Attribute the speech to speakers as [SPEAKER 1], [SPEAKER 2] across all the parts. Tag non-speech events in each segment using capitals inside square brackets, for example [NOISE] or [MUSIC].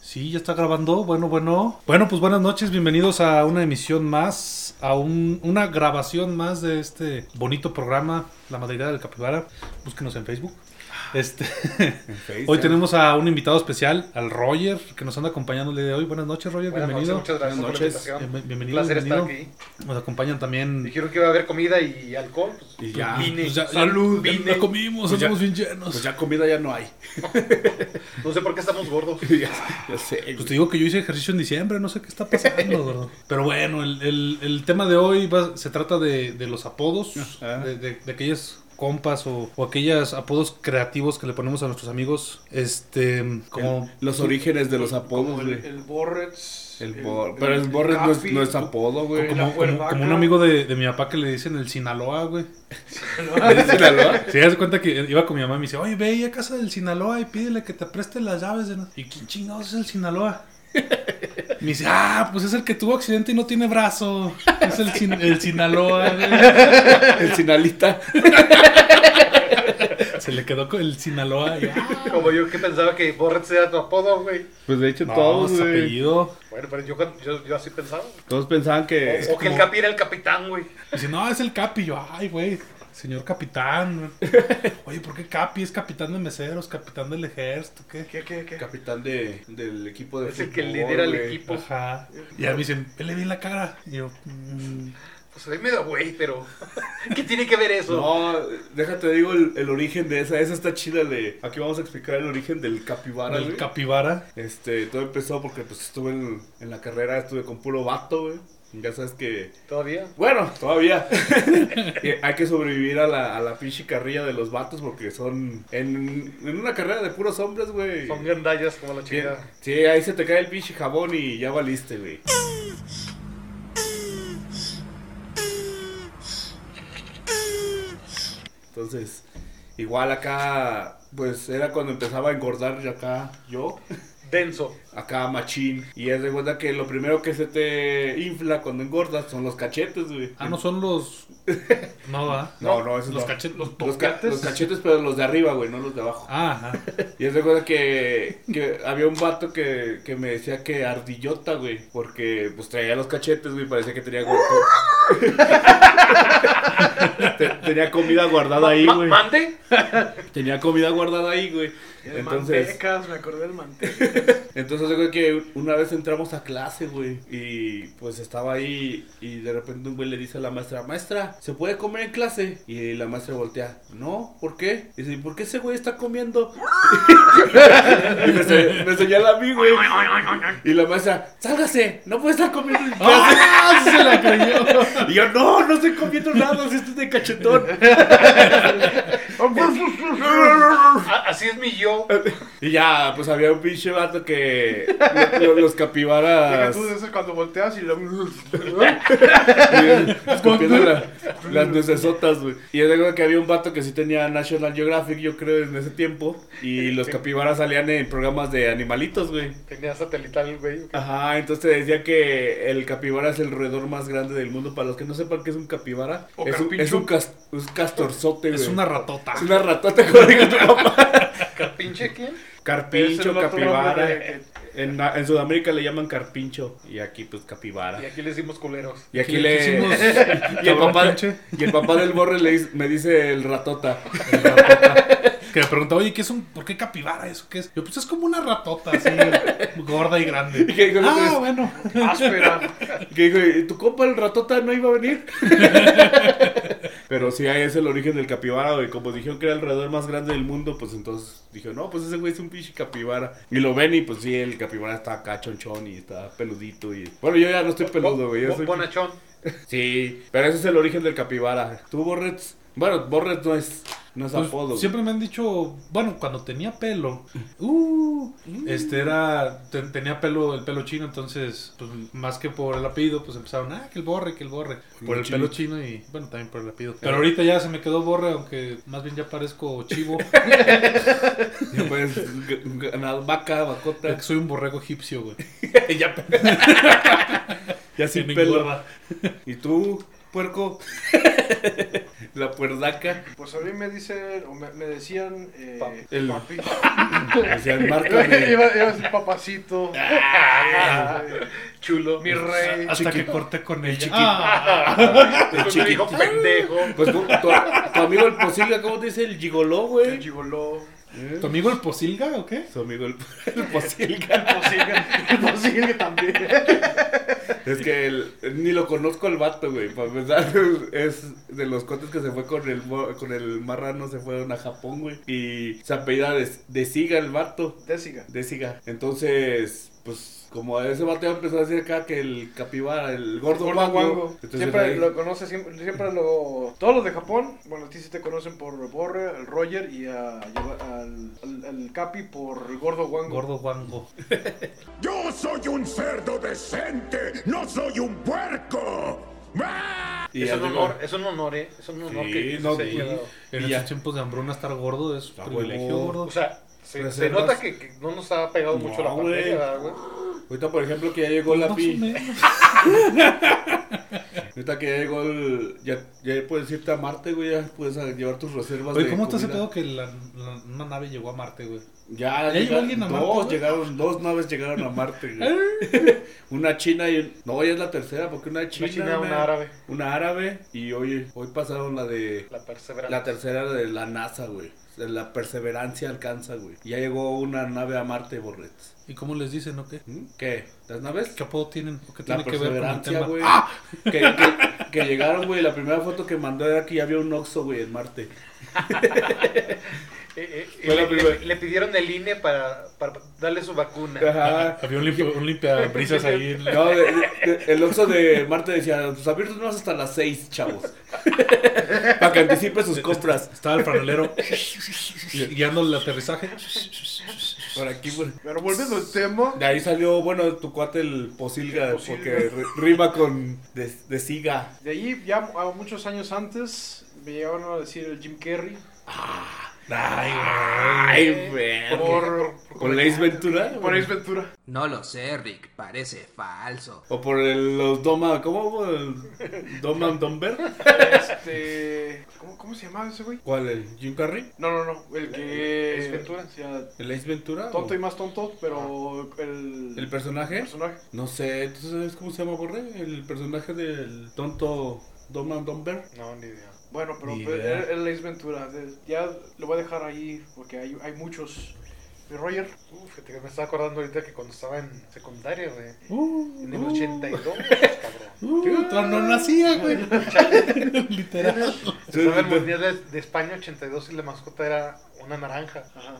[SPEAKER 1] Sí, ya está grabando. Bueno, bueno. Bueno, pues buenas noches. Bienvenidos a una emisión más, a un- una grabación más de este bonito programa, La Madriguera del Capibara. Búsquenos en Facebook. Este, hoy tenemos a un invitado especial, al Roger, que nos anda acompañando el día de hoy. Buenas noches, Roger.
[SPEAKER 2] Buenas noches,
[SPEAKER 1] bienvenido.
[SPEAKER 2] muchas gracias por la
[SPEAKER 3] Buenas noches.
[SPEAKER 2] invitación.
[SPEAKER 1] Bien-
[SPEAKER 2] Un
[SPEAKER 1] bienvenido,
[SPEAKER 2] placer estar
[SPEAKER 1] bienvenido.
[SPEAKER 2] aquí.
[SPEAKER 1] Nos acompañan también.
[SPEAKER 2] Dijeron que iba a haber comida y alcohol. pues,
[SPEAKER 3] Y ya,
[SPEAKER 2] vine,
[SPEAKER 1] Pues ya-
[SPEAKER 2] salud,
[SPEAKER 1] ya- ya
[SPEAKER 2] vine.
[SPEAKER 1] comimos,
[SPEAKER 3] Pues ya-
[SPEAKER 1] estamos bien llenos.
[SPEAKER 3] pues ya comida ya no hay.
[SPEAKER 2] No sé por qué estamos gordos.
[SPEAKER 3] [LAUGHS] ya, ya sé. güey.
[SPEAKER 1] Pues te digo que yo hice ejercicio en diciembre, no sé qué está
[SPEAKER 3] [LAUGHS]
[SPEAKER 1] pasando, gordo. Pero bueno, el, el- el tema de hoy va- se trata de, de los apodos,
[SPEAKER 3] Ajá.
[SPEAKER 1] de, de- de aquellas compas o, o aquellos apodos creativos que le ponemos a nuestros amigos. Este, como...
[SPEAKER 3] los orígenes de los apodos,
[SPEAKER 4] El,
[SPEAKER 3] güey.
[SPEAKER 4] Pues, el Borretz.
[SPEAKER 3] El Bor- pero el Borre no es,
[SPEAKER 4] Cafi,
[SPEAKER 3] no es
[SPEAKER 4] [LAUGHS]
[SPEAKER 3] apodo, güey.
[SPEAKER 4] la
[SPEAKER 3] [LAUGHS]
[SPEAKER 1] Como, como-
[SPEAKER 4] huervaca.
[SPEAKER 1] como un amigo de, de mi papá que le dicen el Sinaloa, güey.
[SPEAKER 3] ¿Le dicen Sinaloa?
[SPEAKER 1] Se das cuenta que iba con mi mamá y me dice, oye, ve ahí a casa del Sinaloa y pídele que te preste las llaves. De... no-". ¿Y quién chingados es el Sinaloa?
[SPEAKER 3] [LAUGHS]
[SPEAKER 1] Me dice, ah, pues es el que tuvo accidente y no tiene brazo. Es
[SPEAKER 3] [LAUGHS]
[SPEAKER 1] el, Sin- el Sinaloa, güey.
[SPEAKER 3] El Sinalita.
[SPEAKER 1] Se le quedó con el Sinaloa. y,
[SPEAKER 3] [LAUGHS]
[SPEAKER 1] "Ah".
[SPEAKER 2] [LAUGHS] Como yo que pensaba que Borretz era tu apodo, güey.
[SPEAKER 3] Pues de hecho,
[SPEAKER 1] No,
[SPEAKER 3] todos,
[SPEAKER 1] su
[SPEAKER 3] güey.
[SPEAKER 1] apellido.
[SPEAKER 2] Bueno, pero yo, yo, yo así pensaba.
[SPEAKER 3] Todos pensaban que.
[SPEAKER 2] o que el Capi era el capitán, güey.
[SPEAKER 1] Dice, no, es el Capi. Yo, ay, güey, señor
[SPEAKER 3] [LAUGHS]
[SPEAKER 1] capitán. Oye, ¿por qué Capi es capitán de meseros, capitán del ejército? ¿Qué?
[SPEAKER 4] ¿Qué, qué, qué?
[SPEAKER 3] capitán de, del equipo de
[SPEAKER 2] Es el que lidera el equipo.
[SPEAKER 1] Ajá. Y a mí dicen, vele bien la cara. Y yo, "Mm".
[SPEAKER 2] Pues soy medio güey, pero. [LAUGHS] ¿Qué tiene que ver eso?
[SPEAKER 3] No, déjate, digo el, el origen de esa. Esa está chida de. Aquí vamos a explicar el origen del capibara,
[SPEAKER 1] el
[SPEAKER 3] güey. [LAUGHS]
[SPEAKER 1] capibara.
[SPEAKER 3] Este, todo empezó porque pues estuve en, en la carrera, estuve con puro vato, güey. Ya sabes que
[SPEAKER 2] ¿Todavía?
[SPEAKER 3] Bueno, todavía. [LAUGHS] Eh, Hay que sobrevivir a la, a la pinche carrilla de los vatos porque son. En, en una carrera de puros hombres, güey.
[SPEAKER 2] Son gandallas como la
[SPEAKER 3] Bien.
[SPEAKER 2] chica.
[SPEAKER 3] Sí, ahí se te cae el pinche jabón y ya valiste, güey. Entonces, igual acá, pues era cuando empezaba a engordar ya acá yo,
[SPEAKER 2] Denso.
[SPEAKER 3] acá machín. Y es de cuenta que lo primero que se te infla cuando engordas son los cachetes, güey.
[SPEAKER 1] Ah, no son los. No, ¿verdad?
[SPEAKER 3] [LAUGHS] No, no, esos
[SPEAKER 1] los
[SPEAKER 3] no.
[SPEAKER 1] cachetes, los
[SPEAKER 3] Los, ca-
[SPEAKER 1] tocates.
[SPEAKER 3] los cachetes, pero los de arriba, güey, no los de abajo.
[SPEAKER 1] Ah,
[SPEAKER 3] [LAUGHS]
[SPEAKER 1] ajá.
[SPEAKER 3] Y es de cosa que, que había un vato que, que me decía que ardillota, güey. Porque pues traía los cachetes, güey, parecía que tenía guar- [LAUGHS] Te- Tenía comida guardada ahí,
[SPEAKER 2] Ma-
[SPEAKER 3] güey.
[SPEAKER 2] ¿Mande?
[SPEAKER 3] Tenía comida guardada ahí, güey.
[SPEAKER 4] El
[SPEAKER 3] Entonces,
[SPEAKER 4] Mantecas, [LAUGHS] me acordé del manteca.
[SPEAKER 3] [LAUGHS] entonces digo que una vez entramos a clase, güey, y pues estaba ahí y de repente un güey le dice a la maestra, maestra, ¿se puede comer en clase? Y la maestra voltea, no, ¿por qué? Y dice, "¿Y ¿por qué ese güey está comiendo? [LAUGHS] y me, se- me señala a mí, güey. Y la maestra, sálgase, no puede estar comiendo en clase.
[SPEAKER 1] ¡Ah! Sí se [LAUGHS] la creyó.
[SPEAKER 3] [LAUGHS] Y yo, no, no estoy comiendo nada, si esto es de cachetón.
[SPEAKER 2] A- Así es mi yo.
[SPEAKER 3] y ya, pues había un pinche vato que lo- lo- los
[SPEAKER 4] Deja
[SPEAKER 3] capibaras...
[SPEAKER 4] tú de eso cuando volteas
[SPEAKER 3] [LAUGHS]
[SPEAKER 4] y lo.
[SPEAKER 3] escupiendo la- las necesotas, güey. Y yo recuerdo que había un vato que sí tenía National Geographic, yo creo, en ese tiempo. Y los capibaras salían en programas de animalitos, güey.
[SPEAKER 2] Tenía satelital el güey.
[SPEAKER 3] Ajá, entonces decía que el capibara es el roedor más grande del mundo. Para los que no sepan qué es un capibara,
[SPEAKER 4] O
[SPEAKER 3] es un,
[SPEAKER 4] carpincho.
[SPEAKER 3] es un cas- un castorzote, güey.
[SPEAKER 1] Es una ratota.
[SPEAKER 3] Es una ratota, como dijo tu
[SPEAKER 4] [LAUGHS]
[SPEAKER 3] papá.
[SPEAKER 2] ¿Pinche quién?
[SPEAKER 3] Carpincho,
[SPEAKER 4] Es el otro
[SPEAKER 3] capibara.
[SPEAKER 4] nombre de-
[SPEAKER 3] En, en Sudamérica le llaman carpincho. Y aquí, pues, capibara.
[SPEAKER 2] Y aquí le decimos culeros.
[SPEAKER 3] [LAUGHS] Y aquí
[SPEAKER 1] Aquí
[SPEAKER 3] le.
[SPEAKER 1] hicimos-
[SPEAKER 3] [LAUGHS] y, el
[SPEAKER 1] cabrón
[SPEAKER 3] papá,
[SPEAKER 1] pinche.
[SPEAKER 3] y el papá del borre le dice- me dice el ratota.
[SPEAKER 1] Que me preguntaba, oye, ¿qué es un, ¿por qué capibara eso? ¿Qué es? Yo, pues es como una ratota
[SPEAKER 3] [LAUGHS]
[SPEAKER 1] así, gorda y grande.
[SPEAKER 3] ¿Y qué dijo el otro?
[SPEAKER 1] ah, bueno.
[SPEAKER 4] Áspera.
[SPEAKER 1] Ah,
[SPEAKER 3] Que dijo, "¿Y tu compa el ratota no iba a
[SPEAKER 1] [LAUGHS]
[SPEAKER 3] venir? Pero sí, ahí es el origen del capibara, güey. Como dijeron que era el roedor más grande del mundo, pues entonces dijo, no, pues ese güey es un pinche capibara. Y lo ven y pues sí, el capibara está acá chonchón y está peludito. y Bueno, yo ya no estoy peludo, güey. yo
[SPEAKER 2] Bo-
[SPEAKER 3] soy-
[SPEAKER 2] Bonachón.
[SPEAKER 3] Sí, pero ese es el origen del capibara. ¿Tú, Borrets? Bueno, Borrets no es, no es
[SPEAKER 1] Pues,
[SPEAKER 3] apodo. güey.
[SPEAKER 1] siempre me han dicho, bueno, cuando tenía pelo, uh, este era, te- tenía pelo, el pelo chino, entonces, pues, más que por el apellido, pues empezaron, ah, que el borre, que el borre, por el
[SPEAKER 3] chino.
[SPEAKER 1] pelo chino y, bueno, también por el apellido.
[SPEAKER 3] Eh.
[SPEAKER 1] Pero ahorita ya se me quedó borre, aunque más bien ya parezco
[SPEAKER 3] [LAUGHS]
[SPEAKER 1] chivo,
[SPEAKER 3] Ya puedes g- g- ganar vaca, bacota.
[SPEAKER 1] porque soy un borrego egipcio,
[SPEAKER 3] [LAUGHS]
[SPEAKER 1] güey.
[SPEAKER 3] ya, ya sin
[SPEAKER 1] Que me
[SPEAKER 3] pelo. [LAUGHS]
[SPEAKER 1] engorda. [LAUGHS]
[SPEAKER 3] ¿Y tú, puerco? La puerdaca.
[SPEAKER 4] Pues a mí me dicen, o me, me decían. Eh,
[SPEAKER 2] Papi.
[SPEAKER 3] El-
[SPEAKER 4] papi. [LAUGHS]
[SPEAKER 3] O sea, [LAUGHS] márcame.
[SPEAKER 4] iba, iba a decir
[SPEAKER 3] [LAUGHS]
[SPEAKER 4] papacito.
[SPEAKER 3] Ah,
[SPEAKER 4] Eh,
[SPEAKER 2] Chulo.
[SPEAKER 3] Pues,
[SPEAKER 4] mi rey.
[SPEAKER 1] Hasta
[SPEAKER 3] chiqui-
[SPEAKER 1] que corté con
[SPEAKER 3] el
[SPEAKER 1] ella.
[SPEAKER 3] chiqui-
[SPEAKER 1] Ah,
[SPEAKER 2] Pues me dijo pendejo.
[SPEAKER 3] Pues tu, tu- tu amigo el posible, ¿cómo te dice el gigoló,
[SPEAKER 4] El
[SPEAKER 3] güey?
[SPEAKER 4] gigoló.
[SPEAKER 3] ¿Eh?
[SPEAKER 1] ¿Tu amigo el posilga o qué?
[SPEAKER 3] Su amigo el, [LAUGHS] el posilga.
[SPEAKER 4] [LAUGHS] Posible, posible también.
[SPEAKER 3] Es que el- ni lo conozco al vato, güey. Para empezar, es de los cuates que se fue con el, mo- con el marrano, se fueron a Japón, güey. Y se apellida de, de Siga el vato.
[SPEAKER 4] Te siga.
[SPEAKER 3] De Siga. Entonces, pues, como ese vato ya empezó a decir acá que el capibara, el gordo,
[SPEAKER 4] Gordo
[SPEAKER 3] guango.
[SPEAKER 4] guango.
[SPEAKER 3] Entonces,
[SPEAKER 4] Siempre
[SPEAKER 3] ahí-
[SPEAKER 4] lo conoces, siempre, siempre lo... Todos los de Japón, bueno, a ti sí te conocen por Borre, al Roger y a, al, al- al Capi por el Gordo Wango.
[SPEAKER 1] Gordo guango.
[SPEAKER 5] Yo soy un cerdo decente, no soy un puerco. ¡Ah!
[SPEAKER 3] y
[SPEAKER 2] es un
[SPEAKER 3] así,
[SPEAKER 2] honor, es un honor, eh. Es un honor
[SPEAKER 3] Sí,
[SPEAKER 2] que
[SPEAKER 3] no,
[SPEAKER 2] se
[SPEAKER 3] pues,
[SPEAKER 2] haya dado.
[SPEAKER 1] En
[SPEAKER 3] Y
[SPEAKER 1] estos
[SPEAKER 3] ya.
[SPEAKER 1] tiempos de hambruna estar gordo es
[SPEAKER 3] Ah,
[SPEAKER 1] privilegio,
[SPEAKER 3] huevo.
[SPEAKER 1] gordo.
[SPEAKER 2] O sea, se, se
[SPEAKER 3] Reservas.
[SPEAKER 2] nota que, que no nos ha pegado mucho
[SPEAKER 3] No,
[SPEAKER 2] la pandemia,
[SPEAKER 3] güey.
[SPEAKER 2] ¿verdad, güey.
[SPEAKER 3] Ahorita, por ejemplo, que ya llegó la
[SPEAKER 1] Más o
[SPEAKER 3] pi.
[SPEAKER 1] menos.
[SPEAKER 3] Ahorita que ya llegó el. Ya, ya puedes irte a Marte, güey. Ya puedes a- llevar tus reservas.
[SPEAKER 1] Oye,
[SPEAKER 3] de
[SPEAKER 1] ¿cómo está ese
[SPEAKER 3] comida.
[SPEAKER 1] pedo que la, la- una nave llegó a Marte, güey?
[SPEAKER 3] Ya,
[SPEAKER 1] ¿Ya llegó
[SPEAKER 3] llegaron-
[SPEAKER 1] alguien a Marte,
[SPEAKER 3] Dos
[SPEAKER 1] güey?
[SPEAKER 3] llegaron, dos naves llegaron a Marte, güey. [LAUGHS] una china y un- No, ya es la tercera, porque una china.
[SPEAKER 2] Una china, una árabe.
[SPEAKER 3] Una árabe. Y oye, hoy pasaron la de.
[SPEAKER 2] La Eh, perseverancia.
[SPEAKER 3] La tercera de la NASA, güey. De La perseverancia alcanza, güey. Ya llegó una nave a Marte, Borret.
[SPEAKER 1] ¿Y cómo les dicen o qué?
[SPEAKER 3] ¿Mm? ¿Qué? ¿Las naves?
[SPEAKER 1] ¿Qué apodo tienen? ¿O qué
[SPEAKER 3] La
[SPEAKER 1] tiene que ver con el
[SPEAKER 3] perseverancia,
[SPEAKER 1] tema? ¡Ah!
[SPEAKER 3] güey. Que, que- que llegaron, güey. La primera foto que mandó era que ya había un Oxxo, güey, en Marte.
[SPEAKER 2] Eh, eh, y
[SPEAKER 3] Fue la
[SPEAKER 2] le, le-
[SPEAKER 3] primera.
[SPEAKER 2] le pidieron el INE para, para darle su vacuna.
[SPEAKER 3] Ajá.
[SPEAKER 1] Ah, Había un, limpio, un limpiabrisas ahí.
[SPEAKER 3] [LAUGHS]
[SPEAKER 1] en la-
[SPEAKER 3] No, de- de- el Oxxo de Marte decía, sus abiertos no hasta las 6, chavos. [LAUGHS] Para que anticipe sus compras.
[SPEAKER 1] Estaba el franelero guiando el aterrizaje.
[SPEAKER 3] Por aquí, por-
[SPEAKER 4] Pero volviendo al tema,
[SPEAKER 3] De ahí salió, bueno, tu cuate el posilga,
[SPEAKER 4] Posilga.
[SPEAKER 3] porque ri- rima con de, de siga.
[SPEAKER 4] de allí ya a muchos años antes me llegaron a decir el Jim Carrey.
[SPEAKER 3] Ay, güey.
[SPEAKER 4] Por,
[SPEAKER 3] ¿Con Ace Ventura?
[SPEAKER 4] por Ace Ventura.
[SPEAKER 6] No lo sé, Rick, parece falso.
[SPEAKER 3] ¿O por el- los Doma, ¿cómo? El Dom and Dumber?
[SPEAKER 4] Este... ¿Cómo, cómo se llamaba ese güey?
[SPEAKER 3] ¿Cuál, el Jim Carrey?
[SPEAKER 4] No, no, no, el que...
[SPEAKER 2] Ace Ventura.
[SPEAKER 4] o sea,
[SPEAKER 3] ¿El Ace Ventura?
[SPEAKER 4] tonto y
[SPEAKER 3] ¿O
[SPEAKER 4] más tonto, pero el...
[SPEAKER 3] ¿El personaje?
[SPEAKER 4] personaje.
[SPEAKER 3] No sé, ¿tú sabes cómo se llama Borre? El personaje del tonto Dom and Dumber.
[SPEAKER 2] No, ni idea.
[SPEAKER 4] Bueno, pero
[SPEAKER 3] Ni
[SPEAKER 4] pues,
[SPEAKER 3] idea.
[SPEAKER 4] era- era la Ace Ventura. de- Ya lo voy a dejar ahí porque hay, hay muchos. Mi Roger,
[SPEAKER 2] Uf, fíjate que me estaba acordando ahorita que cuando estaba en secundaria, güey.
[SPEAKER 1] Uh,
[SPEAKER 2] En el
[SPEAKER 1] uh,
[SPEAKER 3] [LAUGHS]
[SPEAKER 2] 82, cabrón.
[SPEAKER 1] uh, todavía no nacía, güey. Literal.
[SPEAKER 2] Estaba en el Mundial de, de España 82 y la mascota era una naranja.
[SPEAKER 4] [LAUGHS] Ajá.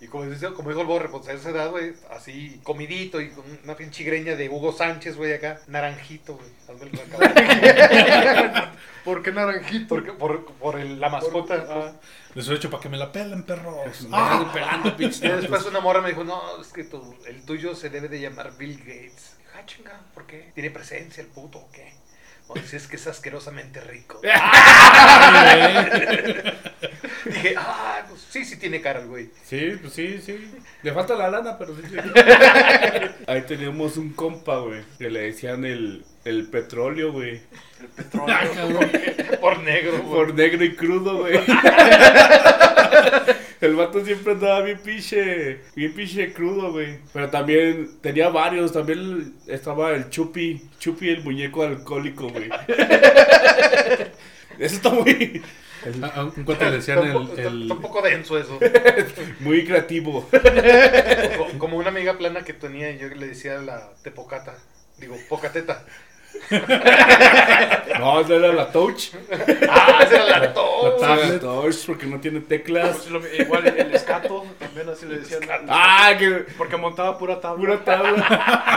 [SPEAKER 2] Y como, dice, como dijo el borre, pues a esa edad, güey, así comidito y con una pinche greña de Hugo Sánchez, güey, acá, naranjito, güey. Hazme el cabrón.
[SPEAKER 4] ¿por qué naranjito?
[SPEAKER 2] Porque- por, por el- la mascota. pues.
[SPEAKER 1] Les he hecho para que me la pelen, perros.
[SPEAKER 3] Ah, pelando,
[SPEAKER 2] Y
[SPEAKER 3] pinche.
[SPEAKER 2] después una morra me dijo, no, es que tu- el tuyo se debe de llamar Bill Gates. Dije, ah, chinga, ¿por qué? ¿Tiene presencia el puto o qué? O dice, es que es asquerosamente rico. Dije, ah, pues sí, sí tiene cara el güey.
[SPEAKER 3] Sí, pues sí, sí. Le falta la lana, pero sí. [LAUGHS] Ahí teníamos un compa, güey, que le decían el, el petróleo, güey.
[SPEAKER 1] Ah, cabrón.
[SPEAKER 2] Por negro, güey.
[SPEAKER 3] Por negro y crudo, [LAUGHS] güey. El vato siempre andaba bien pinche, bien pinche crudo, güey. Pero también tenía varios, también estaba el Chupi, Chupi el muñeco alcohólico, [LAUGHS] güey. Eso está muy,
[SPEAKER 1] Ah, ah, Un cuate le
[SPEAKER 2] Está
[SPEAKER 1] decían
[SPEAKER 2] un po-
[SPEAKER 1] el.
[SPEAKER 2] está-
[SPEAKER 1] el...
[SPEAKER 2] está un poco denso eso.
[SPEAKER 3] muy creativo.
[SPEAKER 2] Co- Como una amiga plana que tenía, yo le decía la tepocata. Digo, [LAUGHS] pocateta.
[SPEAKER 3] No, esa era la touch.
[SPEAKER 2] Ah, esa era la to-
[SPEAKER 3] Esa era la touch Oh, porque no tiene teclas.
[SPEAKER 4] Pues lo- igual el escato, también así le decían.
[SPEAKER 3] Ah, que
[SPEAKER 4] Porque montaba pura tabla.
[SPEAKER 3] pura tabla.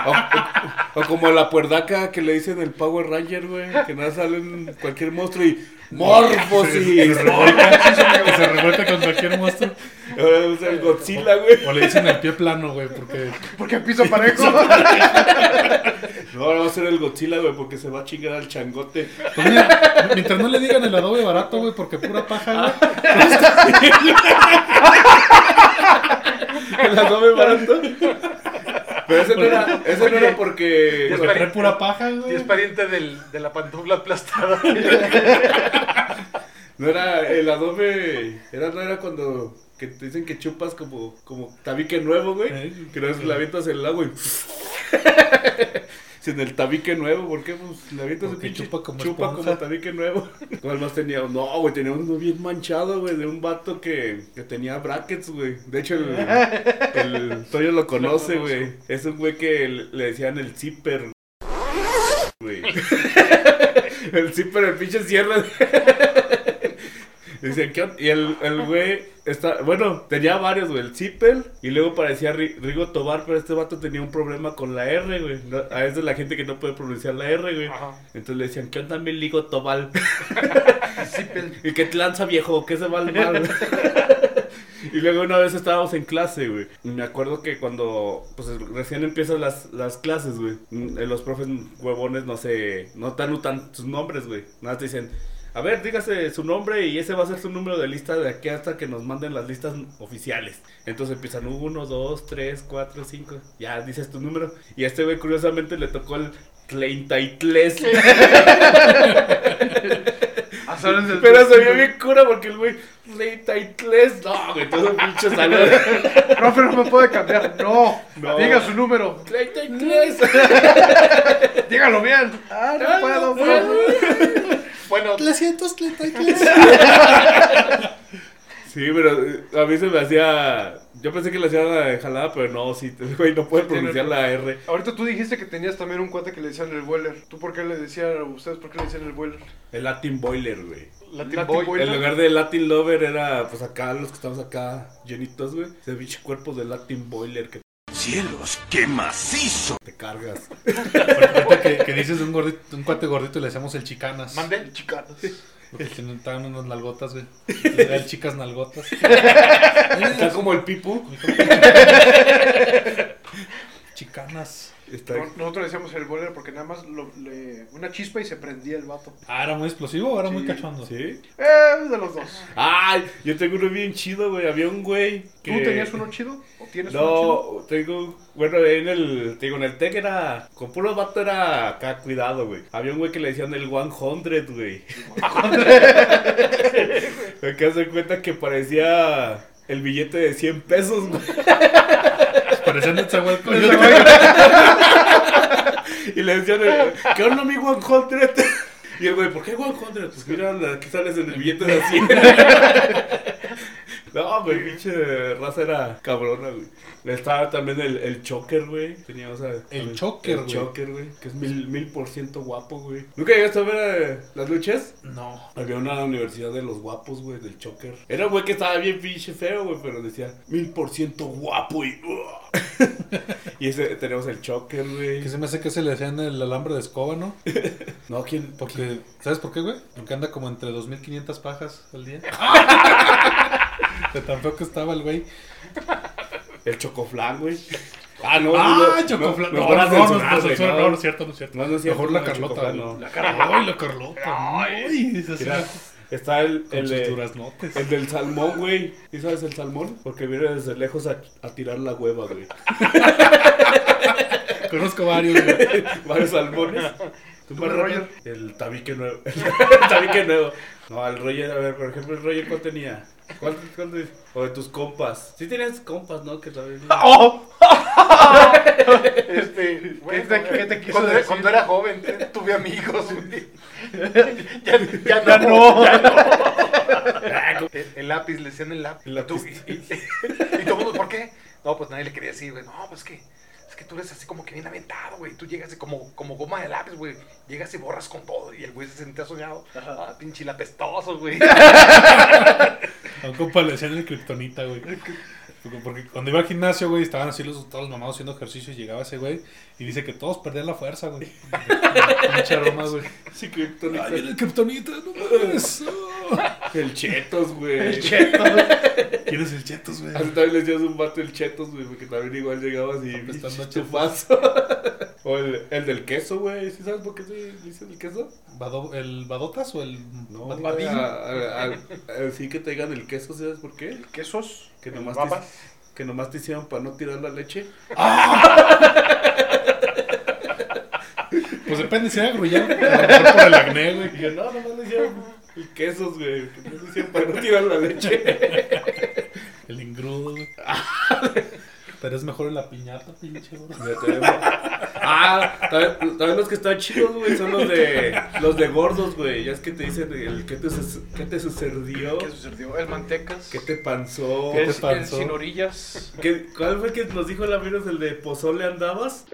[SPEAKER 3] O, o- o como la puerdaca que le dicen el Power Ranger, güey. Que nada salen cualquier monstruo y
[SPEAKER 1] Que
[SPEAKER 3] Morphosis.
[SPEAKER 1] se revuelca, que se revuelca con cualquier monstruo.
[SPEAKER 3] Ahora usa Eh, el Godzilla, güey.
[SPEAKER 1] O le dicen el pie plano, güey, porque.
[SPEAKER 4] Porque piso parejo.
[SPEAKER 3] No, ahora va a ser el Godzilla, güey, porque se va a chingar al changote.
[SPEAKER 1] Pues mira, mientras no le digan el adobe barato, güey, porque pura paja, güey. [LAUGHS]
[SPEAKER 3] El adobe barato. Pero ese no era, ese no era porque.
[SPEAKER 2] Es
[SPEAKER 1] Porque trae
[SPEAKER 2] pari-
[SPEAKER 1] pura paja,
[SPEAKER 2] Y
[SPEAKER 1] güey.
[SPEAKER 2] es pariente del, de la pantufla aplastada.
[SPEAKER 3] No era el adobe. Era, no era cuando que te dicen que chupas como, como tabique nuevo, güey.
[SPEAKER 1] Eh.
[SPEAKER 3] Que no es la avientas en el agua y. [LAUGHS] Sin el tabique nuevo, ¿por qué? Pues la avientas un
[SPEAKER 1] Porque
[SPEAKER 3] pinche.
[SPEAKER 1] chupa como
[SPEAKER 3] chupa
[SPEAKER 1] esponja.
[SPEAKER 3] como tabique nuevo. [LAUGHS] ¿Cuál más tenía? No, güey, tenía uno bien manchado, güey, de un vato que, que tenía brackets, güey. De hecho, el, el Toño lo conoce, güey. Es un güey que le le decían el zipper, güey. El zipper, el pinche cierre. [LAUGHS] Dice, ¿qué on-?" Y el, el güey está, bueno, tenía varios, güey, el Zippel y luego parecía Ri- Rigo Tobar, pero este vato tenía un problema con la R, güey. No, a veces la gente que no puede pronunciar la R, güey.
[SPEAKER 2] [LAUGHS] Ajá.
[SPEAKER 3] Entonces le decían, ¿qué onda mi Ligo Tobal?
[SPEAKER 2] Zipel.
[SPEAKER 3] ¿Y qué te lanza, viejo? ¿Qué se va al mar? Y luego una vez estábamos en clase, güey. Y me acuerdo que cuando, pues recién empiezan las, las clases, güey. mm, eh, Los profes huevones no se, no tan notan sus nombres, güey. Nada más te dicen, a ver, dígase su nombre y ese va a ser su número de lista de aquí hasta que nos manden las listas oficiales. Entonces empiezan 1, 2, 3, 4, 5. Ya dices tu número. Y a este güey curiosamente le tocó el 33.
[SPEAKER 4] Azares del
[SPEAKER 3] Pero se vio
[SPEAKER 4] destino.
[SPEAKER 3] bien cura porque el güey 33. No, güey, todo el pinche salón.
[SPEAKER 4] [LAUGHS] Profe, no me puede cambiar. No.
[SPEAKER 3] No.
[SPEAKER 4] Diga su número.
[SPEAKER 3] 33.
[SPEAKER 4] Dígalo bien. Ah, no puedo, profe.
[SPEAKER 2] Bueno,
[SPEAKER 1] 333.
[SPEAKER 3] Sí, pero eh, a mí se me hacía. Yo pensé que le hacía la jalada, pero no, sí, el güey no puede pronunciar la R.
[SPEAKER 4] Ahorita tú dijiste que tenías también un cuate que le decían el boiler. ¿Tú por qué le decían, ustedes por qué le decían el boiler?
[SPEAKER 3] El Latin Boiler, güey.
[SPEAKER 4] Latin,
[SPEAKER 2] Boy.
[SPEAKER 4] Boiler.
[SPEAKER 3] En lugar de Latin Lover era, pues acá, los que estamos acá llenitos, güey. Ese bicho cuerpo de Latin Boiler que
[SPEAKER 5] ¡Cielos, qué macizo!
[SPEAKER 3] te cargas.
[SPEAKER 1] Ahorita que, que dices de un, gordito, un cuate gordito y le decíamos el chicanas.
[SPEAKER 2] mandé chicanos.
[SPEAKER 3] [LAUGHS]
[SPEAKER 1] Porque tienen- estaban unas nalgotas, güey. Le da el chicas
[SPEAKER 3] [LAUGHS]
[SPEAKER 1] nalgotas.
[SPEAKER 3] Está como el Pipu.
[SPEAKER 1] Chicanas.
[SPEAKER 3] Está.
[SPEAKER 4] No- Nosotros decíamos el boiler porque nada más lo- le- una chispa y se prendía el vato.
[SPEAKER 1] Ah, era muy explosivo, era muy
[SPEAKER 4] Sí,
[SPEAKER 1] cachondo.
[SPEAKER 3] ¿Sí?
[SPEAKER 4] Eh, de los dos.
[SPEAKER 3] Ay, yo tengo uno bien chido, güey. Había un güey.
[SPEAKER 4] ¿Tú
[SPEAKER 3] que-
[SPEAKER 4] tenías uno chido? ¿O tienes uno chido?
[SPEAKER 3] No, tengo. Bueno, en el. Te digo, en el TEC era. Con puro vato era acá, cuidado, güey. Había un güey que le decían el 100,
[SPEAKER 4] [LAUGHS]
[SPEAKER 3] güey. [LAUGHS] Acá se cuenta que parecía. El billete de 100 pesos, güey.
[SPEAKER 1] Parecían de [LAUGHS] Tzahualco.
[SPEAKER 3] [LAUGHS] Y le decían, el- ¿qué onda mi 100? [LAUGHS] Y el güey, ¿por qué 100? Pues mira, la- aquí sales en el billete de 100. [LAUGHS] No, güey, pinche raza era cabrona, güey. Estaba también el, el choker, güey. Tenía, o sea, también-
[SPEAKER 1] choker,
[SPEAKER 3] El
[SPEAKER 1] güey.
[SPEAKER 3] choker, güey. Que es mil, mil por ciento guapo, güey. ¿Nunca llegaste a ver eh, las luchas?
[SPEAKER 1] No.
[SPEAKER 3] Había una universidad de los guapos, güey, del choker. Era un güey que estaba bien pinche feo, güey, pero decía mil por ciento guapo y. [LAUGHS] y ese, tenemos el choker, güey.
[SPEAKER 1] Que se me hace que se le hacían el alambre de escoba, ¿no?
[SPEAKER 3] No, ¿quién?
[SPEAKER 1] Porque, ¿sabes por qué, güey? Porque anda como entre 2500 pajas al
[SPEAKER 3] [LAUGHS]
[SPEAKER 1] día. De tan feo que estaba el güey.
[SPEAKER 3] El chocoflan, güey. Ah, no,
[SPEAKER 1] ¡Ah,
[SPEAKER 3] no,
[SPEAKER 1] chocoflan!
[SPEAKER 3] No,
[SPEAKER 1] No,
[SPEAKER 3] no, van a
[SPEAKER 1] no, no,
[SPEAKER 3] censurar,
[SPEAKER 1] no,
[SPEAKER 3] güey,
[SPEAKER 1] censura,
[SPEAKER 3] no.
[SPEAKER 1] no, no es cierto, no es cierto.
[SPEAKER 3] No, no es cierto,
[SPEAKER 1] Mejor la
[SPEAKER 3] no,
[SPEAKER 1] Carlota,
[SPEAKER 3] chocoflan,
[SPEAKER 1] güey.
[SPEAKER 3] no. [LAUGHS]
[SPEAKER 1] La Carlota. ¡Ay, la Carlota! ¡Ay! Esa es
[SPEAKER 3] Mira,
[SPEAKER 1] una-
[SPEAKER 3] está el,
[SPEAKER 1] Con
[SPEAKER 3] el,
[SPEAKER 1] sus
[SPEAKER 3] de-
[SPEAKER 1] duraznotes.
[SPEAKER 3] el del salmón, güey. ¿Y sabes el salmón? Porque viene desde lejos a, a tirar la hueva, güey. [LAUGHS]
[SPEAKER 1] Conozco varios, güey.
[SPEAKER 3] Varios [LAUGHS] salmones. ¿Tú,
[SPEAKER 4] ¿Tú, Roger?
[SPEAKER 3] El tabique nuevo. [LAUGHS] el tabique nuevo. No, el Roger, a ver, por ejemplo, el Roger, ¿cuál tenía? ¿Cuál, cuál de- O de tus compas. Sí tenías compas, ¿no? Que también...
[SPEAKER 2] Este,
[SPEAKER 4] ¿Qué te- qué te quiso
[SPEAKER 2] cuando, era-
[SPEAKER 4] decir?
[SPEAKER 2] cuando era joven eh, tuve amigos, güey. ya, ya
[SPEAKER 4] Ya no.
[SPEAKER 2] El, el lápiz, le decían el lápiz.
[SPEAKER 3] El lápiz.
[SPEAKER 2] Tú- y, y- y todo el mundo, ¿por qué? No, pues nadie le quería decir, güey. No, pues que, es que tú eres así como que bien aventado, güey. Tú llegas y como, como goma de lápiz, güey. Llegas y borras con todo. Y el güey se sentía soñado. Ah, pinche lapestoso, güey.
[SPEAKER 1] A un compa le decían el kriptonita, güey. Porque cuando iba al gimnasio, güey, estaban así los todos mamados haciendo ejercicio y llegaba ese güey y dice que todos perdían la fuerza, güey. Mucha broma, güey.
[SPEAKER 3] Sí, Kryptonita.
[SPEAKER 1] Ay, el kriptonita, no [LAUGHS] mames. Ah.
[SPEAKER 3] [LAUGHS] El Chetos, güey.
[SPEAKER 1] ¿Quién es el Chetos, güey?
[SPEAKER 3] Así también le decías un vato el chetos, güey, porque también igual llegabas y
[SPEAKER 1] Apestando a
[SPEAKER 3] chupazo. [LAUGHS] o el, el del queso, güey, ¿sí sabes por qué se dice el queso?
[SPEAKER 1] ¿Bado- ¿El Badotas o el
[SPEAKER 3] No,
[SPEAKER 1] Bad-
[SPEAKER 3] güey,
[SPEAKER 1] Badín?
[SPEAKER 3] a- [LAUGHS] a- a- así que te digan el queso, ¿sí ¿sabes por qué?
[SPEAKER 4] ¿Quesos?
[SPEAKER 3] Que nomás,
[SPEAKER 2] Papas.
[SPEAKER 3] te, que nomás te hicieron para no tirar la leche.
[SPEAKER 1] Pues depende si era grullón, a lo mejor por el acné, güey.
[SPEAKER 3] Y yo, no, nomás le hicieron Y quesos, güey. que nos dicen para no tirar la leche.
[SPEAKER 1] El engrudo, güey. Pero es mejor en la piñata, pinche, güey.
[SPEAKER 3] [LAUGHS] Ya tenemos- Ah, también, también los que están chidos, güey, son los de los de gordos, güey. Ya es que te dicen el qué te, su- qué te sucedió,
[SPEAKER 4] ¿Qué sucedió? El mantecas.
[SPEAKER 3] qué te panzó.
[SPEAKER 1] ¿Qué
[SPEAKER 4] el,
[SPEAKER 1] te pasó?
[SPEAKER 4] el
[SPEAKER 3] [LAUGHS]
[SPEAKER 4] sin orillas.
[SPEAKER 3] ¿Qué- ¿Cuál fue que nos dijo la virus el de pozole andabas?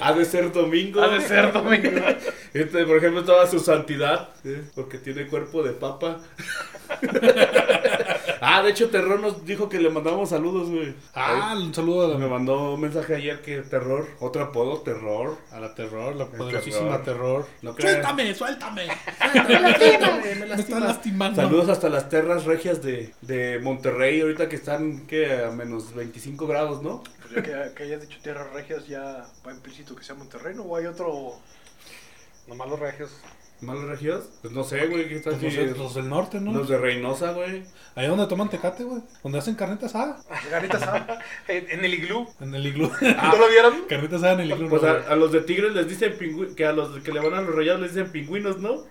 [SPEAKER 3] Ha de ser domingo.
[SPEAKER 4] Ha de ser domingo.
[SPEAKER 3] Este, por ejemplo, estaba su santidad, ¿eh? porque tiene cuerpo de papa. ah, de hecho, Terror nos dijo que le mandábamos saludos, güey.
[SPEAKER 1] Ah, un saludo a
[SPEAKER 3] Me
[SPEAKER 1] la,
[SPEAKER 3] mandó un mensaje ayer que Terror, otro apodo, Terror.
[SPEAKER 1] a la terror, la poderosísima terror.
[SPEAKER 3] No creas.
[SPEAKER 1] suéltame, suéltame.
[SPEAKER 4] Pues
[SPEAKER 1] suéltame me están lastimando.
[SPEAKER 3] Saludos hasta las terras regias de, de Monterrey, ahorita que están ¿qué? a menos 25 grados, ¿no?
[SPEAKER 4] Pues ya que, que hayas dicho tierras regias, ya va implícito que sea Monterrey, ¿no? ¿O hay otro?
[SPEAKER 2] Nomás los regios.
[SPEAKER 3] ¿Malos regios? Pues no sé, güey, ¿qué tal
[SPEAKER 1] Pues
[SPEAKER 3] si
[SPEAKER 1] los, de- los del norte, ¿no?
[SPEAKER 3] los de Reynosa, güey?
[SPEAKER 1] Ahí donde toman tecate, güey. Donde hacen carnita asada.
[SPEAKER 4] Garita asada.
[SPEAKER 2] [LAUGHS] En, en el iglú. Ah,
[SPEAKER 1] En el iglú. [LAUGHS]
[SPEAKER 2] ¿No lo vieron?
[SPEAKER 1] carnita asada en el iglú.
[SPEAKER 3] Pues
[SPEAKER 1] no,
[SPEAKER 3] a,
[SPEAKER 1] güey.
[SPEAKER 3] a los de Tigres les dicen pingüinos, que a los que le van a los rayados les dicen pingüinos, ¿no?